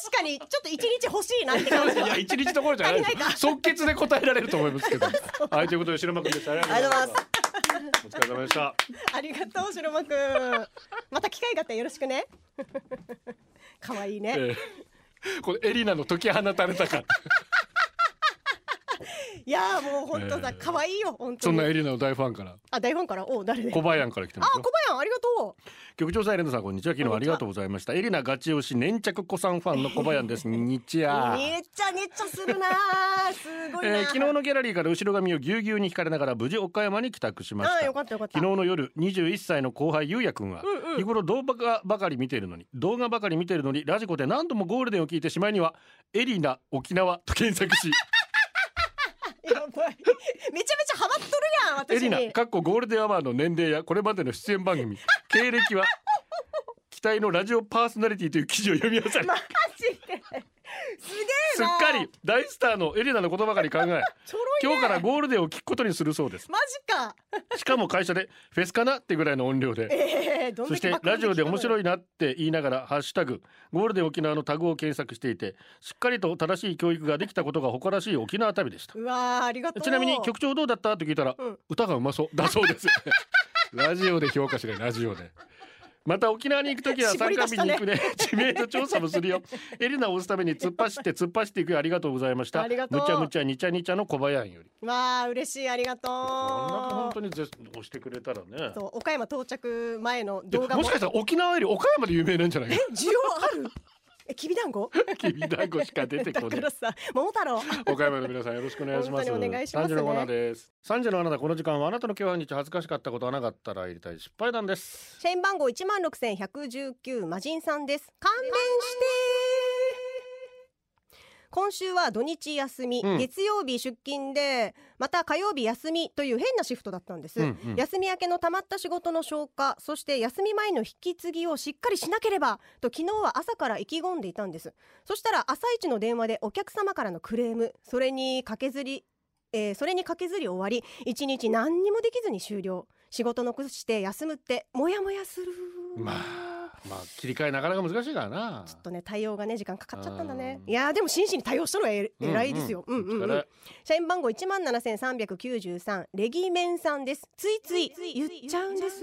Speaker 1: 確かにちょっと一日欲しいなって感じ
Speaker 3: いや一日どころじゃないです
Speaker 1: 足りないか
Speaker 3: 即決で答えられると思いますけ どはいということで白間君でしたあり
Speaker 2: ありがとうございます
Speaker 3: お疲れ様でした
Speaker 1: ありがとう白間くんまた機会があったらよろしくね可愛いね、
Speaker 3: えー このエリナの解き放たれた 感
Speaker 1: いやーもう本当
Speaker 3: え
Speaker 1: さ
Speaker 3: ー
Speaker 1: 可愛いよ本当
Speaker 3: そん
Speaker 1: に
Speaker 3: なエリナの大ファンから
Speaker 1: あ大ファンからおう誰で
Speaker 3: 小林から来てま
Speaker 1: あ
Speaker 3: す
Speaker 1: 小
Speaker 3: よ
Speaker 1: 林ありがとう
Speaker 3: 局長さんエレナさんこんにちは昨日はありがとうございましたエリナガチ推し粘着子さんファンの小林 です日夜
Speaker 1: ねっちゃねっちゃするなーすごい
Speaker 3: え
Speaker 1: なー、
Speaker 3: ー昨日のギャラリーから後ろ髪をぎゅうぎゅうに引かれながら無事岡山に帰宅しまし
Speaker 1: あー
Speaker 3: た
Speaker 1: よかったよかった
Speaker 3: 昨日の夜21歳の後輩ゆうやくんは、日頃動画ばかり見ているのに動画ばかり見ているのにラジコで何度もゴールデンを聞いてしまいにはエリナ沖縄と検索し
Speaker 1: やばいめちゃめちゃハマっとるやん
Speaker 3: エ
Speaker 1: 私
Speaker 3: リ
Speaker 1: に
Speaker 3: ナかっこゴールデンアワーの年齢やこれまでの出演番組経歴は期待のラジオパーソナリティという記事を読み漁り
Speaker 1: マジですげ
Speaker 3: す
Speaker 1: え
Speaker 3: っ
Speaker 1: な
Speaker 3: かり大スターのエレナのことばかり考え
Speaker 1: ちょろいね
Speaker 3: 今日からゴールデンを聞くことにするそうです
Speaker 1: マジか
Speaker 3: しかも会社でフェスかなってぐらいの音量で
Speaker 1: えー、どん
Speaker 3: そ
Speaker 1: だ
Speaker 3: し
Speaker 1: け
Speaker 3: て
Speaker 1: バック
Speaker 3: ラジオで面
Speaker 1: い
Speaker 3: 白いなって言いながら「ハッシュタグゴールデン沖縄」のタグを検索していてしっかりと正しい教育ができたことが誇らしい沖縄旅でした
Speaker 1: うわーありがとう
Speaker 3: ちなみに曲調どうだったと聞いたら、
Speaker 1: うん
Speaker 3: 歌がうまそうだそうです ラジオで評価しないラジオでまた沖縄に行くときは 山
Speaker 1: 絞り出
Speaker 3: 間
Speaker 1: し
Speaker 3: 日
Speaker 1: た
Speaker 3: に
Speaker 1: ね
Speaker 3: 行くね 知名度調査もするよエリナを押すために突っ走って突っ走っていくよありがとうございました
Speaker 1: あ
Speaker 3: む
Speaker 1: りがとう
Speaker 3: ちゃむちゃにちゃにちゃの小林より
Speaker 1: わあ嬉しいありがとう
Speaker 3: こんな本当にぜ押してくれたらね
Speaker 1: そう岡山到着前の
Speaker 3: で
Speaker 1: 動画も
Speaker 3: もしかしたら沖縄より岡山で有名なんじゃないか
Speaker 1: え需要あるえきびだんご
Speaker 3: きびだんごしか出て
Speaker 1: だ
Speaker 3: こ
Speaker 1: か
Speaker 3: ない
Speaker 1: らさ桃太郎
Speaker 3: 岡山の皆さんよろしくお願いします。
Speaker 1: 本当にお願いします
Speaker 3: 三
Speaker 1: ね
Speaker 3: 時の罠です。三時の罠だこの時間はあなたの今日日恥ずかしかったことはなかったら入りたい失敗談です。
Speaker 1: 社員番号一万六千百十九魔人さんです勘弁して今週は土日休み、
Speaker 3: うん
Speaker 1: 月曜日出勤でまた火曜日休みという変なシフトだったんです、
Speaker 3: うんうん
Speaker 1: 休み明けのたまった仕事の消化そして休み前の引き継ぎをしっかりしなければと昨日は朝から意気込んでいたんですそしたら朝一の電話でお客様からのクレームそれに駆けずりえーそれに駆けずり終わり一日何にもできずに終了仕事残して休むってモヤモヤする
Speaker 3: まあまあ切り替えなかなか難しいからな。
Speaker 1: ちょっとね対応がね時間かかっちゃったんだね
Speaker 3: うん
Speaker 1: いやーでも真摯に対応したのはえ偉いですよ、うんうんうん
Speaker 3: お疲れ
Speaker 1: 社員番号一万七千三百九十三レギメンさんですついつい言っちゃうんです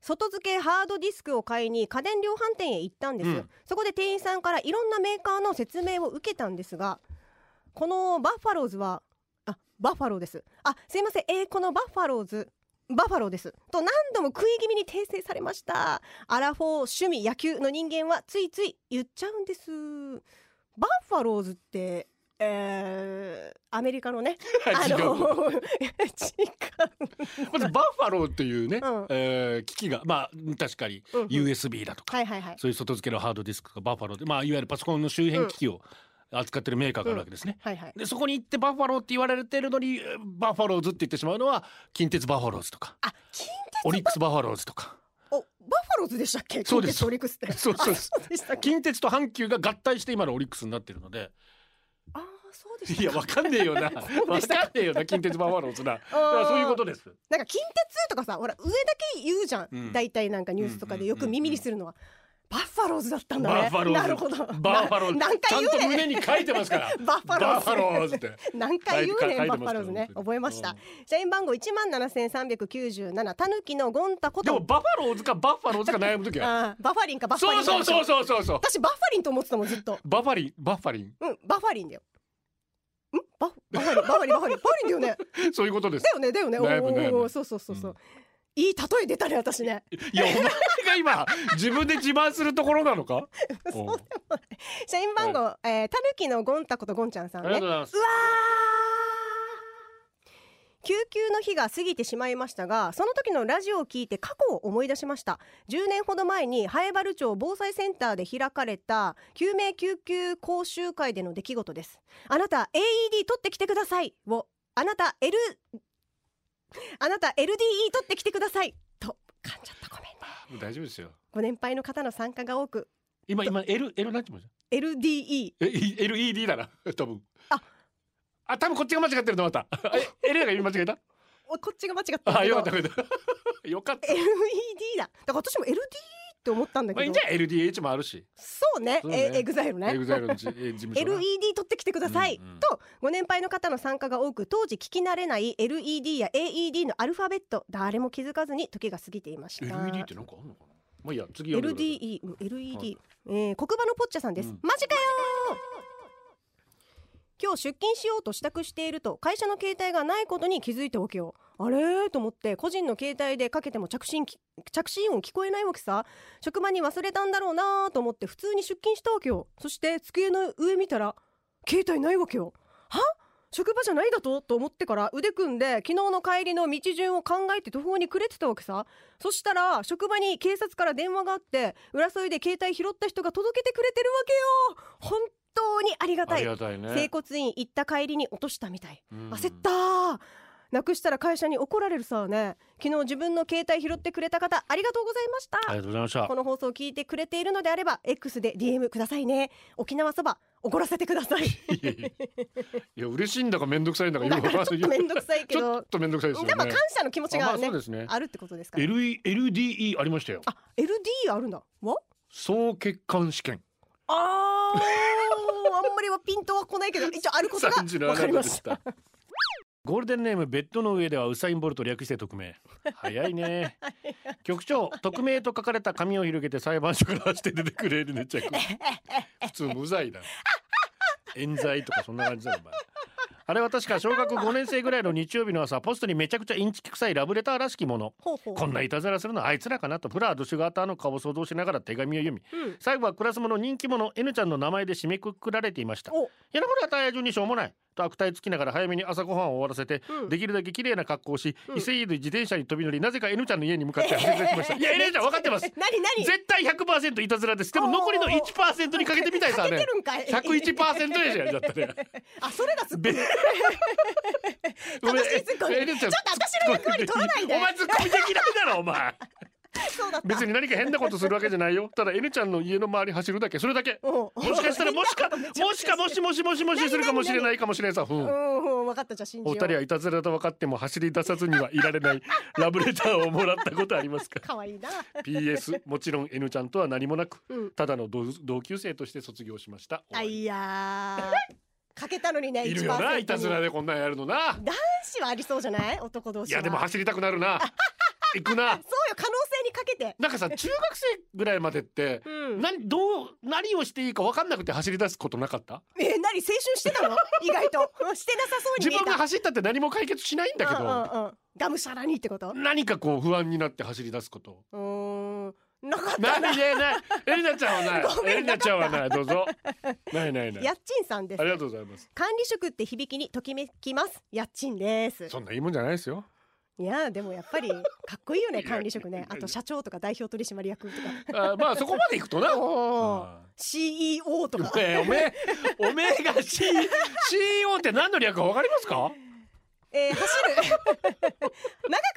Speaker 1: 外付けハードディスクを買いに家電量販店へ行ったんです、
Speaker 3: うん
Speaker 1: そこで店員さんからいろんなメーカーの説明を受けたんですがこのバッファローズはあバッファローですあすいませんえーこのバッファローズバッファローですと何度も食い気味に訂正されましたアラフォー趣味野球の人間はついつい言っちゃうんですバッファローズってえー、アメリカ のねあ
Speaker 3: 違う。
Speaker 1: の違う
Speaker 3: まずバッファローっていうね、
Speaker 1: うん
Speaker 3: えー機器がまあ確かに
Speaker 1: うんうん
Speaker 3: USB だとか、
Speaker 1: はいはいはい
Speaker 3: そういう外付けのハードディスクがバッファローでまあいわゆるパソコンの周辺機器を、扱ってるメーカーがあるわけですね。
Speaker 1: はいはい。
Speaker 3: でそこに行ってバッファローって言われてるのにえーバッファローズって言ってしまうのは近鉄バッファローズとか
Speaker 1: あ、近
Speaker 3: オリックスバッファローズとか
Speaker 1: おバッファローズでしたっけ？
Speaker 3: そ
Speaker 1: 近
Speaker 3: うです
Speaker 1: 鉄オリックスっ て。
Speaker 3: そうそうです
Speaker 1: あそうでしたっけ？
Speaker 3: 近鉄と阪急が合体して今のオリックスになってるので
Speaker 1: あー、そうでしたか。
Speaker 3: いやわかんねえよなわかんねえよな近鉄バッファローズ なだからそういうことです。
Speaker 1: なんか近鉄とかさ、ほら上だけ言うじゃん。
Speaker 3: うん
Speaker 1: 大体なんかニュースとかでよく耳にするのは。バッファローズだったんだね。
Speaker 3: バッファローズ
Speaker 1: なるほど。
Speaker 3: バッファローズ
Speaker 1: な何
Speaker 3: ちゃ
Speaker 1: 回
Speaker 3: ん
Speaker 1: 言
Speaker 3: と
Speaker 1: うねん。
Speaker 3: 胸に書いてますから
Speaker 1: バッファローズ
Speaker 3: バッファローズって
Speaker 1: 何回言うね
Speaker 3: 書い
Speaker 1: ん
Speaker 3: て書い
Speaker 1: バ
Speaker 3: てます
Speaker 1: ッファローズね
Speaker 3: から
Speaker 1: 覚えました
Speaker 3: うん
Speaker 1: 社員番号一万七千三百九十七たぬきのゴンタこ
Speaker 3: で
Speaker 1: と
Speaker 3: もバッファローズかバッファローズか悩むときは
Speaker 1: あーバッファリンかバッファリン
Speaker 3: そう
Speaker 1: か
Speaker 3: そうそうそうそうそう
Speaker 1: 私バッファリンと思ってたもんずっと
Speaker 3: バッファリンバッファリン
Speaker 1: うんバッファリンだよんバッバッファリンバッファリンバッファリンバッファリンだよね
Speaker 3: そういうことです
Speaker 1: だよねだよねお
Speaker 3: だいぶだい
Speaker 1: ー
Speaker 3: ぶ
Speaker 1: おーそうそうそうそう、いい例え出たね私ね
Speaker 3: いやお前が今自分で自慢するところなの か
Speaker 1: そうでもない社員番号、えーたぬきのゴンタことゴンちゃんさんね
Speaker 3: ざいます
Speaker 1: うわー救急の日が過ぎてしまいましたがその時のラジオを聞いて過去を思い出しました10年ほど前に南原町防災センターで開かれた救命救急講習会での出来事ですあなた AED 取ってきてくださいをあなた L あなた LDE 取ってきてくださいと噛んじゃったごめんね
Speaker 3: もう大丈夫ですよ
Speaker 1: ご年配の方の参加が多く
Speaker 3: 今今 L L なんて言うん
Speaker 1: LDE
Speaker 3: えい LED だな 多分
Speaker 1: あ
Speaker 3: あ多分こっちが間違ってるのまたえ L が今間違えた
Speaker 1: おこっちが間違ったんだ
Speaker 3: あ
Speaker 1: け
Speaker 3: よ
Speaker 1: ど
Speaker 3: かったよかったよかった
Speaker 1: LED だだから私も LDE って思ったんだ
Speaker 3: ま
Speaker 1: けど、
Speaker 3: あいいんじゃん LDH もあるし
Speaker 1: そうね
Speaker 3: そうね
Speaker 1: えエグザイルね
Speaker 3: エグザイルの じえ事務所
Speaker 1: LED
Speaker 3: が
Speaker 1: 取ってきてください、
Speaker 3: うんうん
Speaker 1: とご年配の方の参加が多く当時聞き慣れない LED や AED のアルファベット誰も気づかずに時が過ぎていました
Speaker 3: LED ってなんかあんのかなまあいいや次読んでください
Speaker 1: LDE、うん LED、
Speaker 3: はい
Speaker 1: えー黒板のポッチャさんです、
Speaker 3: うん
Speaker 1: マジかよー今日出勤しようと支度していると会社の携帯がないことに気づいたわけよあれーと思って個人の携帯でかけても着信き着信音聞こえないわけさ職場に忘れたんだろうなーと思って普通に出勤したわけよそして机の上見たら携帯ないわけよは職場じゃないだとと思ってから腕組んで昨日の帰りの道順を考えて途方に暮れてたわけさそしたら職場に警察から電話があって裏添いで携帯拾った人が届けてくれてるわけよ本当にありがた
Speaker 3: あ
Speaker 1: い
Speaker 3: りがたいね
Speaker 1: 整骨院行った帰りに落としたみたい、
Speaker 3: うん
Speaker 1: 焦ったーなくしたら会社に怒られるさね昨日自分の携帯拾ってくれた方ありがとうございまし
Speaker 3: あり
Speaker 1: た
Speaker 3: がとうございました
Speaker 1: この放送を聞いてくれているのであれば X で DM くださいね沖縄そば怒らせてくださ い
Speaker 3: いやいやいや嬉しいんだかめんどくさいんだ かよく
Speaker 1: だ
Speaker 3: わから
Speaker 1: か
Speaker 3: ら
Speaker 1: ち
Speaker 3: ない
Speaker 1: ょっと面倒くさいけ
Speaker 3: ちょっ
Speaker 1: ど
Speaker 3: とめんどくさいですよね
Speaker 1: でも感謝の気持ち
Speaker 3: あま
Speaker 1: が
Speaker 3: あ
Speaker 1: ね
Speaker 3: そうですね
Speaker 1: あるってことですから
Speaker 3: L LDE ありましたよ
Speaker 1: あ LD あるんだわ
Speaker 3: 総血管試験
Speaker 1: あーあんまりはピントは来ないけど一応あることが分かりました
Speaker 3: た。ゴールデンネームベッドの上ではウサインボルト略して匿名早い ね局長匿名と書かれた紙を広げて裁判所から走って出てくれるねちゃん普通無罪だ冤罪とかそんな感じだよお前あれは確か小学5年生ぐらいの日曜日の朝ポストにめちゃくちゃインチキ臭いラブレターらしきもの
Speaker 1: ほうほう
Speaker 3: こんないたずらするのはあいつらかなとプラードシュガーターの顔を想像しながら手紙を読み、
Speaker 1: うん
Speaker 3: 最後はクラスもの人気者 N ちゃんの名前で締めくくられていました
Speaker 1: お
Speaker 3: やなこれは大変にしょうもないと悪態つきながら早めに朝ごはんを終わらせて、
Speaker 1: うん
Speaker 3: できるだけ綺麗な格好をし、
Speaker 1: うん
Speaker 3: 伊勢伊豆自転車に飛び乗りなぜか N ちゃんの家に向か って走り出しました、いや N ちゃん分かってます
Speaker 1: 何何
Speaker 3: 絶対100%いたずらですでも残りの
Speaker 1: おー
Speaker 3: 1%にかけてみたいさ
Speaker 1: かけ
Speaker 3: ね
Speaker 1: てるんかい
Speaker 3: 101%でしょやっちゃった ね
Speaker 1: あそれがすっご
Speaker 3: べ
Speaker 1: い正しいツッコミ
Speaker 3: えええ
Speaker 1: ちょっと私の役割取らないで
Speaker 3: お前ツッコミできないだろお前
Speaker 1: そうだった
Speaker 3: 別に何か変なことするわけじゃないよただ N ちゃんの家の周り走るだけそれだけ
Speaker 1: うん
Speaker 3: もしかしたらもし かもしかもしもしもしもしするかもしれないかもしれんさ、う、
Speaker 1: うんんうん分かったじゃあ信じよ
Speaker 3: お
Speaker 1: う
Speaker 3: 二人はいたずらと分かっても走り出さずにはいられない ラブレターをもらったことありますか
Speaker 1: 可愛いな
Speaker 3: PS もちろん N ちゃんとは何もなく、
Speaker 1: うん
Speaker 3: ただの同同級生として卒業しました
Speaker 1: あいやーかけたのにね
Speaker 3: いるよな
Speaker 1: 1%
Speaker 3: いたずらでこんなんやるのな
Speaker 1: 男子はありそうじゃない男同
Speaker 3: い
Speaker 1: 士は
Speaker 3: やでも走りたくなる な行くな
Speaker 1: そうよ可能性にかけて
Speaker 3: なんかさ中学生ぐらいまでって、
Speaker 1: うん
Speaker 3: 何どう何をしていいか分かんなくて走り出すことなかった
Speaker 1: え何青春してた の意外とうんしてなさそうに
Speaker 3: 自
Speaker 1: 見え
Speaker 3: 分が
Speaker 1: た
Speaker 3: 走ったって何も解決しないんだけど、
Speaker 1: うんうんうんがむしゃらにってこと
Speaker 3: 何かこう不安になって走り出すこと。
Speaker 1: うーんなかった
Speaker 3: 何ねない。エリナちゃんは
Speaker 1: ご
Speaker 3: な
Speaker 1: め
Speaker 3: い。
Speaker 1: ん
Speaker 3: エリナちゃんはない。どうぞ。ないないない。
Speaker 1: やっちんさんです
Speaker 3: ありがとうございます。
Speaker 1: 管理職って響きにときめきますやっちんです
Speaker 3: そんないいもんじゃないですよ。
Speaker 1: いやーでもやっぱりかっこいいよね
Speaker 3: いや
Speaker 1: 管理職
Speaker 3: い
Speaker 1: ね
Speaker 3: や
Speaker 1: あと社長とか代表取締役とか
Speaker 3: あまあそこまで行くとな。
Speaker 1: おー
Speaker 3: あ
Speaker 1: 社 CEO とか
Speaker 3: えーおめえおめえが C CEO って何の略かわかりますか？
Speaker 1: えー、走 る長く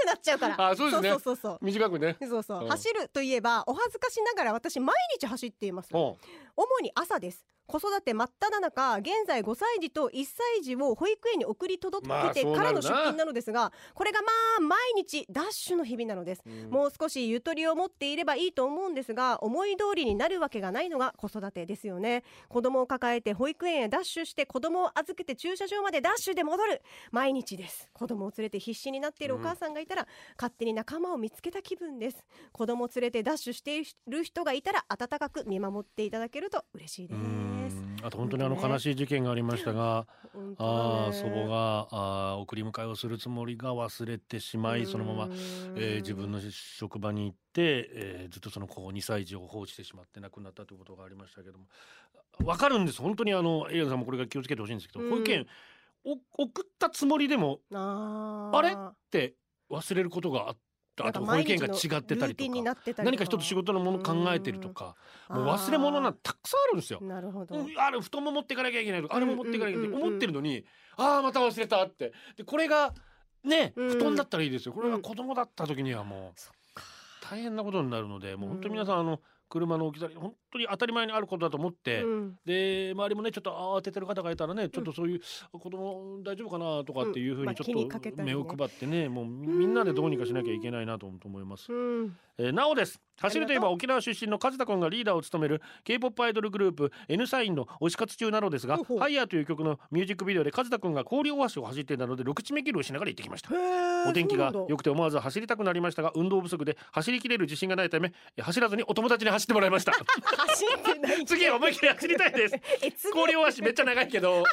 Speaker 1: なっちゃうから
Speaker 3: あそうですね
Speaker 1: そうそうそう
Speaker 3: 短くね。
Speaker 1: そうそう、
Speaker 3: うん
Speaker 1: 走るといえばお恥ずかしながら私毎日走っています
Speaker 3: うん。
Speaker 1: 主に朝です子育て真っ只中現在5歳児と1歳児を保育園に送り届
Speaker 3: まあ
Speaker 1: けて
Speaker 3: そう
Speaker 1: か
Speaker 3: な
Speaker 1: ら
Speaker 3: る
Speaker 1: の
Speaker 3: な
Speaker 1: 出勤なのですが、これがまあ毎日ダッシュの日々なのです、もう少しゆとりを持っていればいいと思うんですが思い通りになるわけがないのが子育てですよね子供を抱えて保育園へダッシュして子供を預けて駐車場までダッシュで戻る毎日です子供を連れて必死になっているお母さんがいたら、勝手に仲間を見つけた気分です子供を連れてダッシュしている人がいたら温かく見守っていただけると嬉しいで
Speaker 3: う
Speaker 1: す。
Speaker 3: んあと本当にあの悲しい事件がありましたが、
Speaker 1: 本
Speaker 3: あ
Speaker 1: 当だね
Speaker 3: あ祖母があー送り迎えをするつもりが忘れてしまいそのまま、えー自分の職場に行って、えーずっとその子を2歳児を放置してしまって亡くなったということがありましたけどもわかるんです本当にあのエイアンさんもこれが気をつけてほしいんですけど、
Speaker 1: うん
Speaker 3: 保育園お送ったつもりでも
Speaker 1: あ
Speaker 3: あれって忘れることがあったあと保育園が違ってたりとか何か一つ仕事のもの考えてるとかもう忘れ物なん
Speaker 1: て
Speaker 3: てたくさんあるんですよ。
Speaker 1: なるほど、
Speaker 3: うんあれ布団も持っていかなきゃいけないとかあれも持っていかなきゃいけない
Speaker 1: うんうんうんうん
Speaker 3: 思ってるのにああまた忘れたってでこれがね
Speaker 1: うん
Speaker 3: 布団だったらいいですよこれ
Speaker 1: う
Speaker 3: が
Speaker 1: ん
Speaker 3: 子供だった時にはもう
Speaker 1: そ
Speaker 3: 大変なことになるのでもう本当に
Speaker 1: うん
Speaker 3: 皆さんあの車の置き去り本当に当たり前にあることだと思って。
Speaker 1: うん
Speaker 3: で周りもねちょっと慌ててる方がいたらねちょっとそういう、子供大丈夫かなとかっていうふう
Speaker 1: うんまあ
Speaker 3: にち
Speaker 1: 気
Speaker 3: ょ
Speaker 1: に
Speaker 3: っ
Speaker 1: かけ
Speaker 3: と
Speaker 1: たり
Speaker 3: 目
Speaker 1: ね
Speaker 3: を配ってねもうみみんなでどうにかしなきゃいけないなと思います
Speaker 1: う。ん
Speaker 3: えーなおです走るといえ
Speaker 1: あり
Speaker 3: ば
Speaker 1: がと
Speaker 3: 沖縄出身のカズタコンがリーダーを務める k p o p アイドルグループ N サインの推し活中なのですが
Speaker 1: ほうほ
Speaker 3: 「
Speaker 1: う
Speaker 3: ハイヤーという曲のミュージックビデオでカズタコンが氷大橋を走っていたので6地目キルをしながら行ってきましたお天気が良くて思わず走りたくなりましたが運動不足で走りきれる自信がないため走らずにお友達に走ってもらいました
Speaker 1: 走ってない
Speaker 3: 次は思いっきり走りたい です
Speaker 1: え次
Speaker 3: 氷大橋めっちゃ長いけど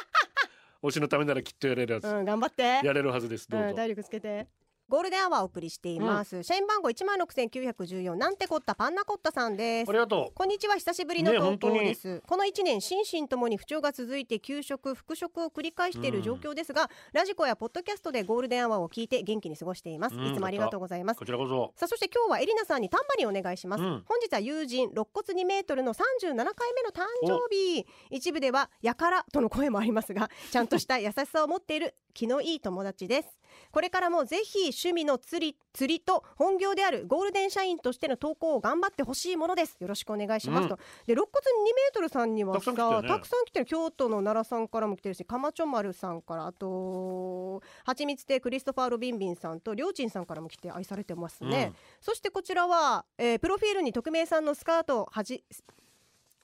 Speaker 3: 推しのためならきっとやれるはず、
Speaker 1: うん頑張って
Speaker 3: やれるはずですどう
Speaker 1: う
Speaker 3: ぞ
Speaker 1: ん、体力つけてゴールデンアワーをお送りしています、社員番号一万六千九百十四なんてこったパンナコッタさんです
Speaker 3: ありがとう
Speaker 1: こんにちは久しぶりの
Speaker 3: ね
Speaker 1: 投稿
Speaker 3: 本当に
Speaker 1: です、この1年心身ともに不調が続いて休職復職を繰り返している状況ですが、ラジコやポッドキャストでゴールデンアワーを聞いて元気に過ごしています、
Speaker 3: うん
Speaker 1: いつもありがとうございます
Speaker 3: こちらこそ
Speaker 1: さあそして今日はエリナさんにタンバリンお願いします、
Speaker 3: うん
Speaker 1: 本日は友人肋骨2メートルの37回目の誕生日一部ではやからとの声もありま すがちゃんとした優しさを持っている気のいい友達ですこれからもぜひ趣味の釣り釣りと本業であるゴールデン社員としての投稿を頑張ってほしいものですよろしくお願いしますと、で肋骨2メートルさんには
Speaker 3: た
Speaker 1: さ
Speaker 3: くさん来てるね
Speaker 1: たくさん来てる京都の奈良さんからも来てるしかまちょ丸さんからあとはちみつ亭クリストファー・ロビンビンさんとりょうちんさんからも来て愛されてますね、
Speaker 3: うん
Speaker 1: そしてこちらは、えープロフィールに匿名さんのスカートをはじ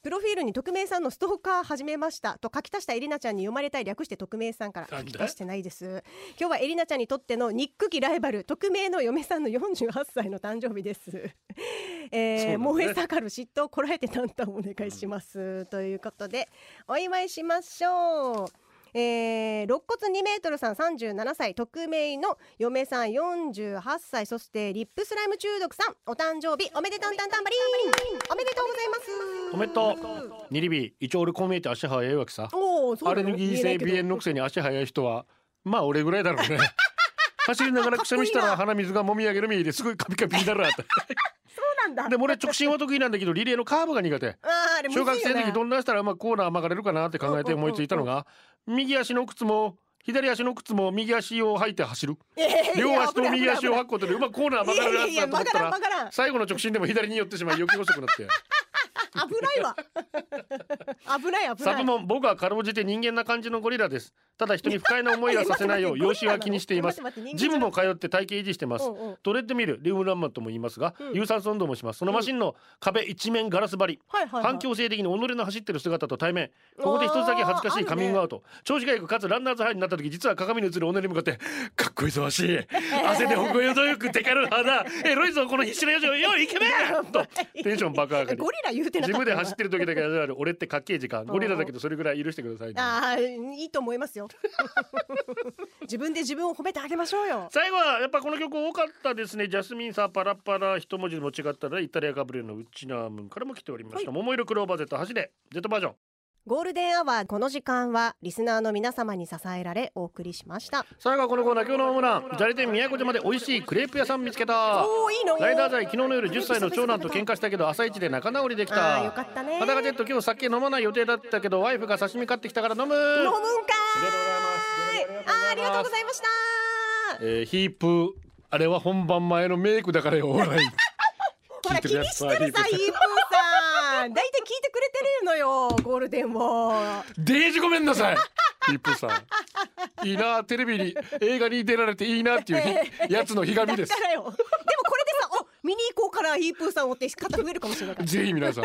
Speaker 1: プロフィールに匿名さんのストーカー始めましたと書き足したエリナちゃんに読まれたい略して匿名さんから
Speaker 3: なんで
Speaker 1: 書き足してないです今日はエリナちゃんにとってのニック期ライバル匿名の嫁さんの48歳の誕生日です、
Speaker 3: そう
Speaker 1: え
Speaker 3: だ
Speaker 1: ー
Speaker 3: ね
Speaker 1: 燃え盛る嫉妬をこらえてタンタンお願いします、ということでお祝いしましょうえー、肋骨2メートルさん37歳匿名の嫁さん48歳そしてリップスライム中毒さんお誕生日おめでとうたんたんばりんおめでとうございます
Speaker 3: おめでとうニリビ一応俺こう見えて足早いわけさ
Speaker 1: おおそう
Speaker 3: ア
Speaker 1: な
Speaker 3: レ
Speaker 1: の
Speaker 3: ルギー
Speaker 1: 見えな
Speaker 3: 性
Speaker 1: いけど
Speaker 3: 鼻炎のくせに足早い人はまあ俺ぐらいだろ うね走りながらくしゃみしたら鼻水がもみ上げるみですごいカピカピになるなって
Speaker 1: なんだ
Speaker 3: でも俺直進は得意なんだけどリレーのカーブが苦手
Speaker 1: あーあれむずい
Speaker 3: 小
Speaker 1: よね
Speaker 3: 学生の時どんなしたらうまくコーナー曲がれるかなって考えて思いついたのが右足の靴も左足の靴も右足を履いて走る
Speaker 1: えー
Speaker 3: 両足と右足を
Speaker 1: い
Speaker 3: 履くことでうまくコーナー曲がれる
Speaker 1: や
Speaker 3: や
Speaker 1: い
Speaker 3: つ
Speaker 1: や
Speaker 3: だと思
Speaker 1: 曲
Speaker 3: っ
Speaker 1: が
Speaker 3: た
Speaker 1: らん
Speaker 3: ら
Speaker 1: 曲がらん
Speaker 3: 最後の直進でも左に寄ってしまい余計遅くなって
Speaker 1: 危ないわ 危ない危
Speaker 3: サ
Speaker 1: な
Speaker 3: ブ
Speaker 1: い
Speaker 3: モン僕はかろうじて人間な感じのゴリラですただ人に不快な思いはさせない よう容姿は気にしていますジムも通って体型維持してます
Speaker 1: うんうん
Speaker 3: トレッドミルリウムランマンとも言いますが、
Speaker 1: うん
Speaker 3: 有酸素運動もしますそのマシンの壁一面ガラス張り、
Speaker 1: はいはいはい
Speaker 3: 反強制的に己の走ってる姿と対面ここで一つだけ恥ずかしいカミングアウト、調子がよくかつランナーズハイになった時実は鏡に映る己に向かって「かっこいいぞ足汗でほこよどよくテカる肌エロいぞこの必死な表情よいイケメン!」 とテンション爆上が
Speaker 1: え
Speaker 3: り
Speaker 1: ゴリラ言うてな
Speaker 3: ジ
Speaker 1: か
Speaker 3: ム
Speaker 1: った
Speaker 3: で走ってる時だけ味わえる俺ってかっけえ時 間ゴリラだけどそれぐらい許してくださいね、
Speaker 1: ああいいと思 いますよ自分で自分を褒めてあげましょうよ
Speaker 3: 最後はやっぱこの曲多かったですねジャスミンさんパラパラ一文字も違ったらイタリアガブリエルのウッチナームからも来ておりました、
Speaker 1: は
Speaker 3: 桃色クローバー Z 走れ Z バージョン
Speaker 1: ゴールデンアワーこの時間はリスナーの皆様に支えられお送りしました
Speaker 3: 最後はこのコーナー今日のホームラン砂利店宮古島で美味しいクレープ屋さん見つけた
Speaker 1: おーいいの
Speaker 3: ライダー剤昨日の夜10歳の長男と喧嘩したけど朝一で仲直りできた
Speaker 1: あーよかったね
Speaker 3: 肌がジェット今日酒飲まない予定だったけどワイフが刺身買ってきたから飲む
Speaker 1: 飲むんか
Speaker 3: ありがとうございます
Speaker 1: ーいあーありがとうございました
Speaker 3: えー、ヒープあれは本番前のメイクだからよ笑い
Speaker 1: ほら気にしてるさイープーさん大体聞いてくれてるのよゴールデンを
Speaker 3: デージごめんなさいヒープさんいいなテレビに映画に出られていいなっていうひやつのひがみです
Speaker 1: だからよでもこれでさお見に行こうからイープーさんをって方増えるかもしれないから
Speaker 3: ぜひ皆さん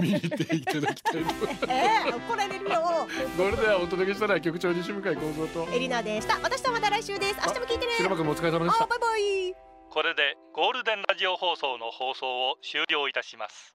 Speaker 3: 見に行っていただきたい
Speaker 1: えー、怒られるよ
Speaker 3: それではお届けしたのは局長西向井光三と
Speaker 1: エリナでした私とはまた来週です明日も聞いてね
Speaker 3: 白間君もお疲れ様でし
Speaker 1: あ
Speaker 3: た
Speaker 1: ーバイバイ
Speaker 4: これでゴールデンラジオ放送の放送を終了いたします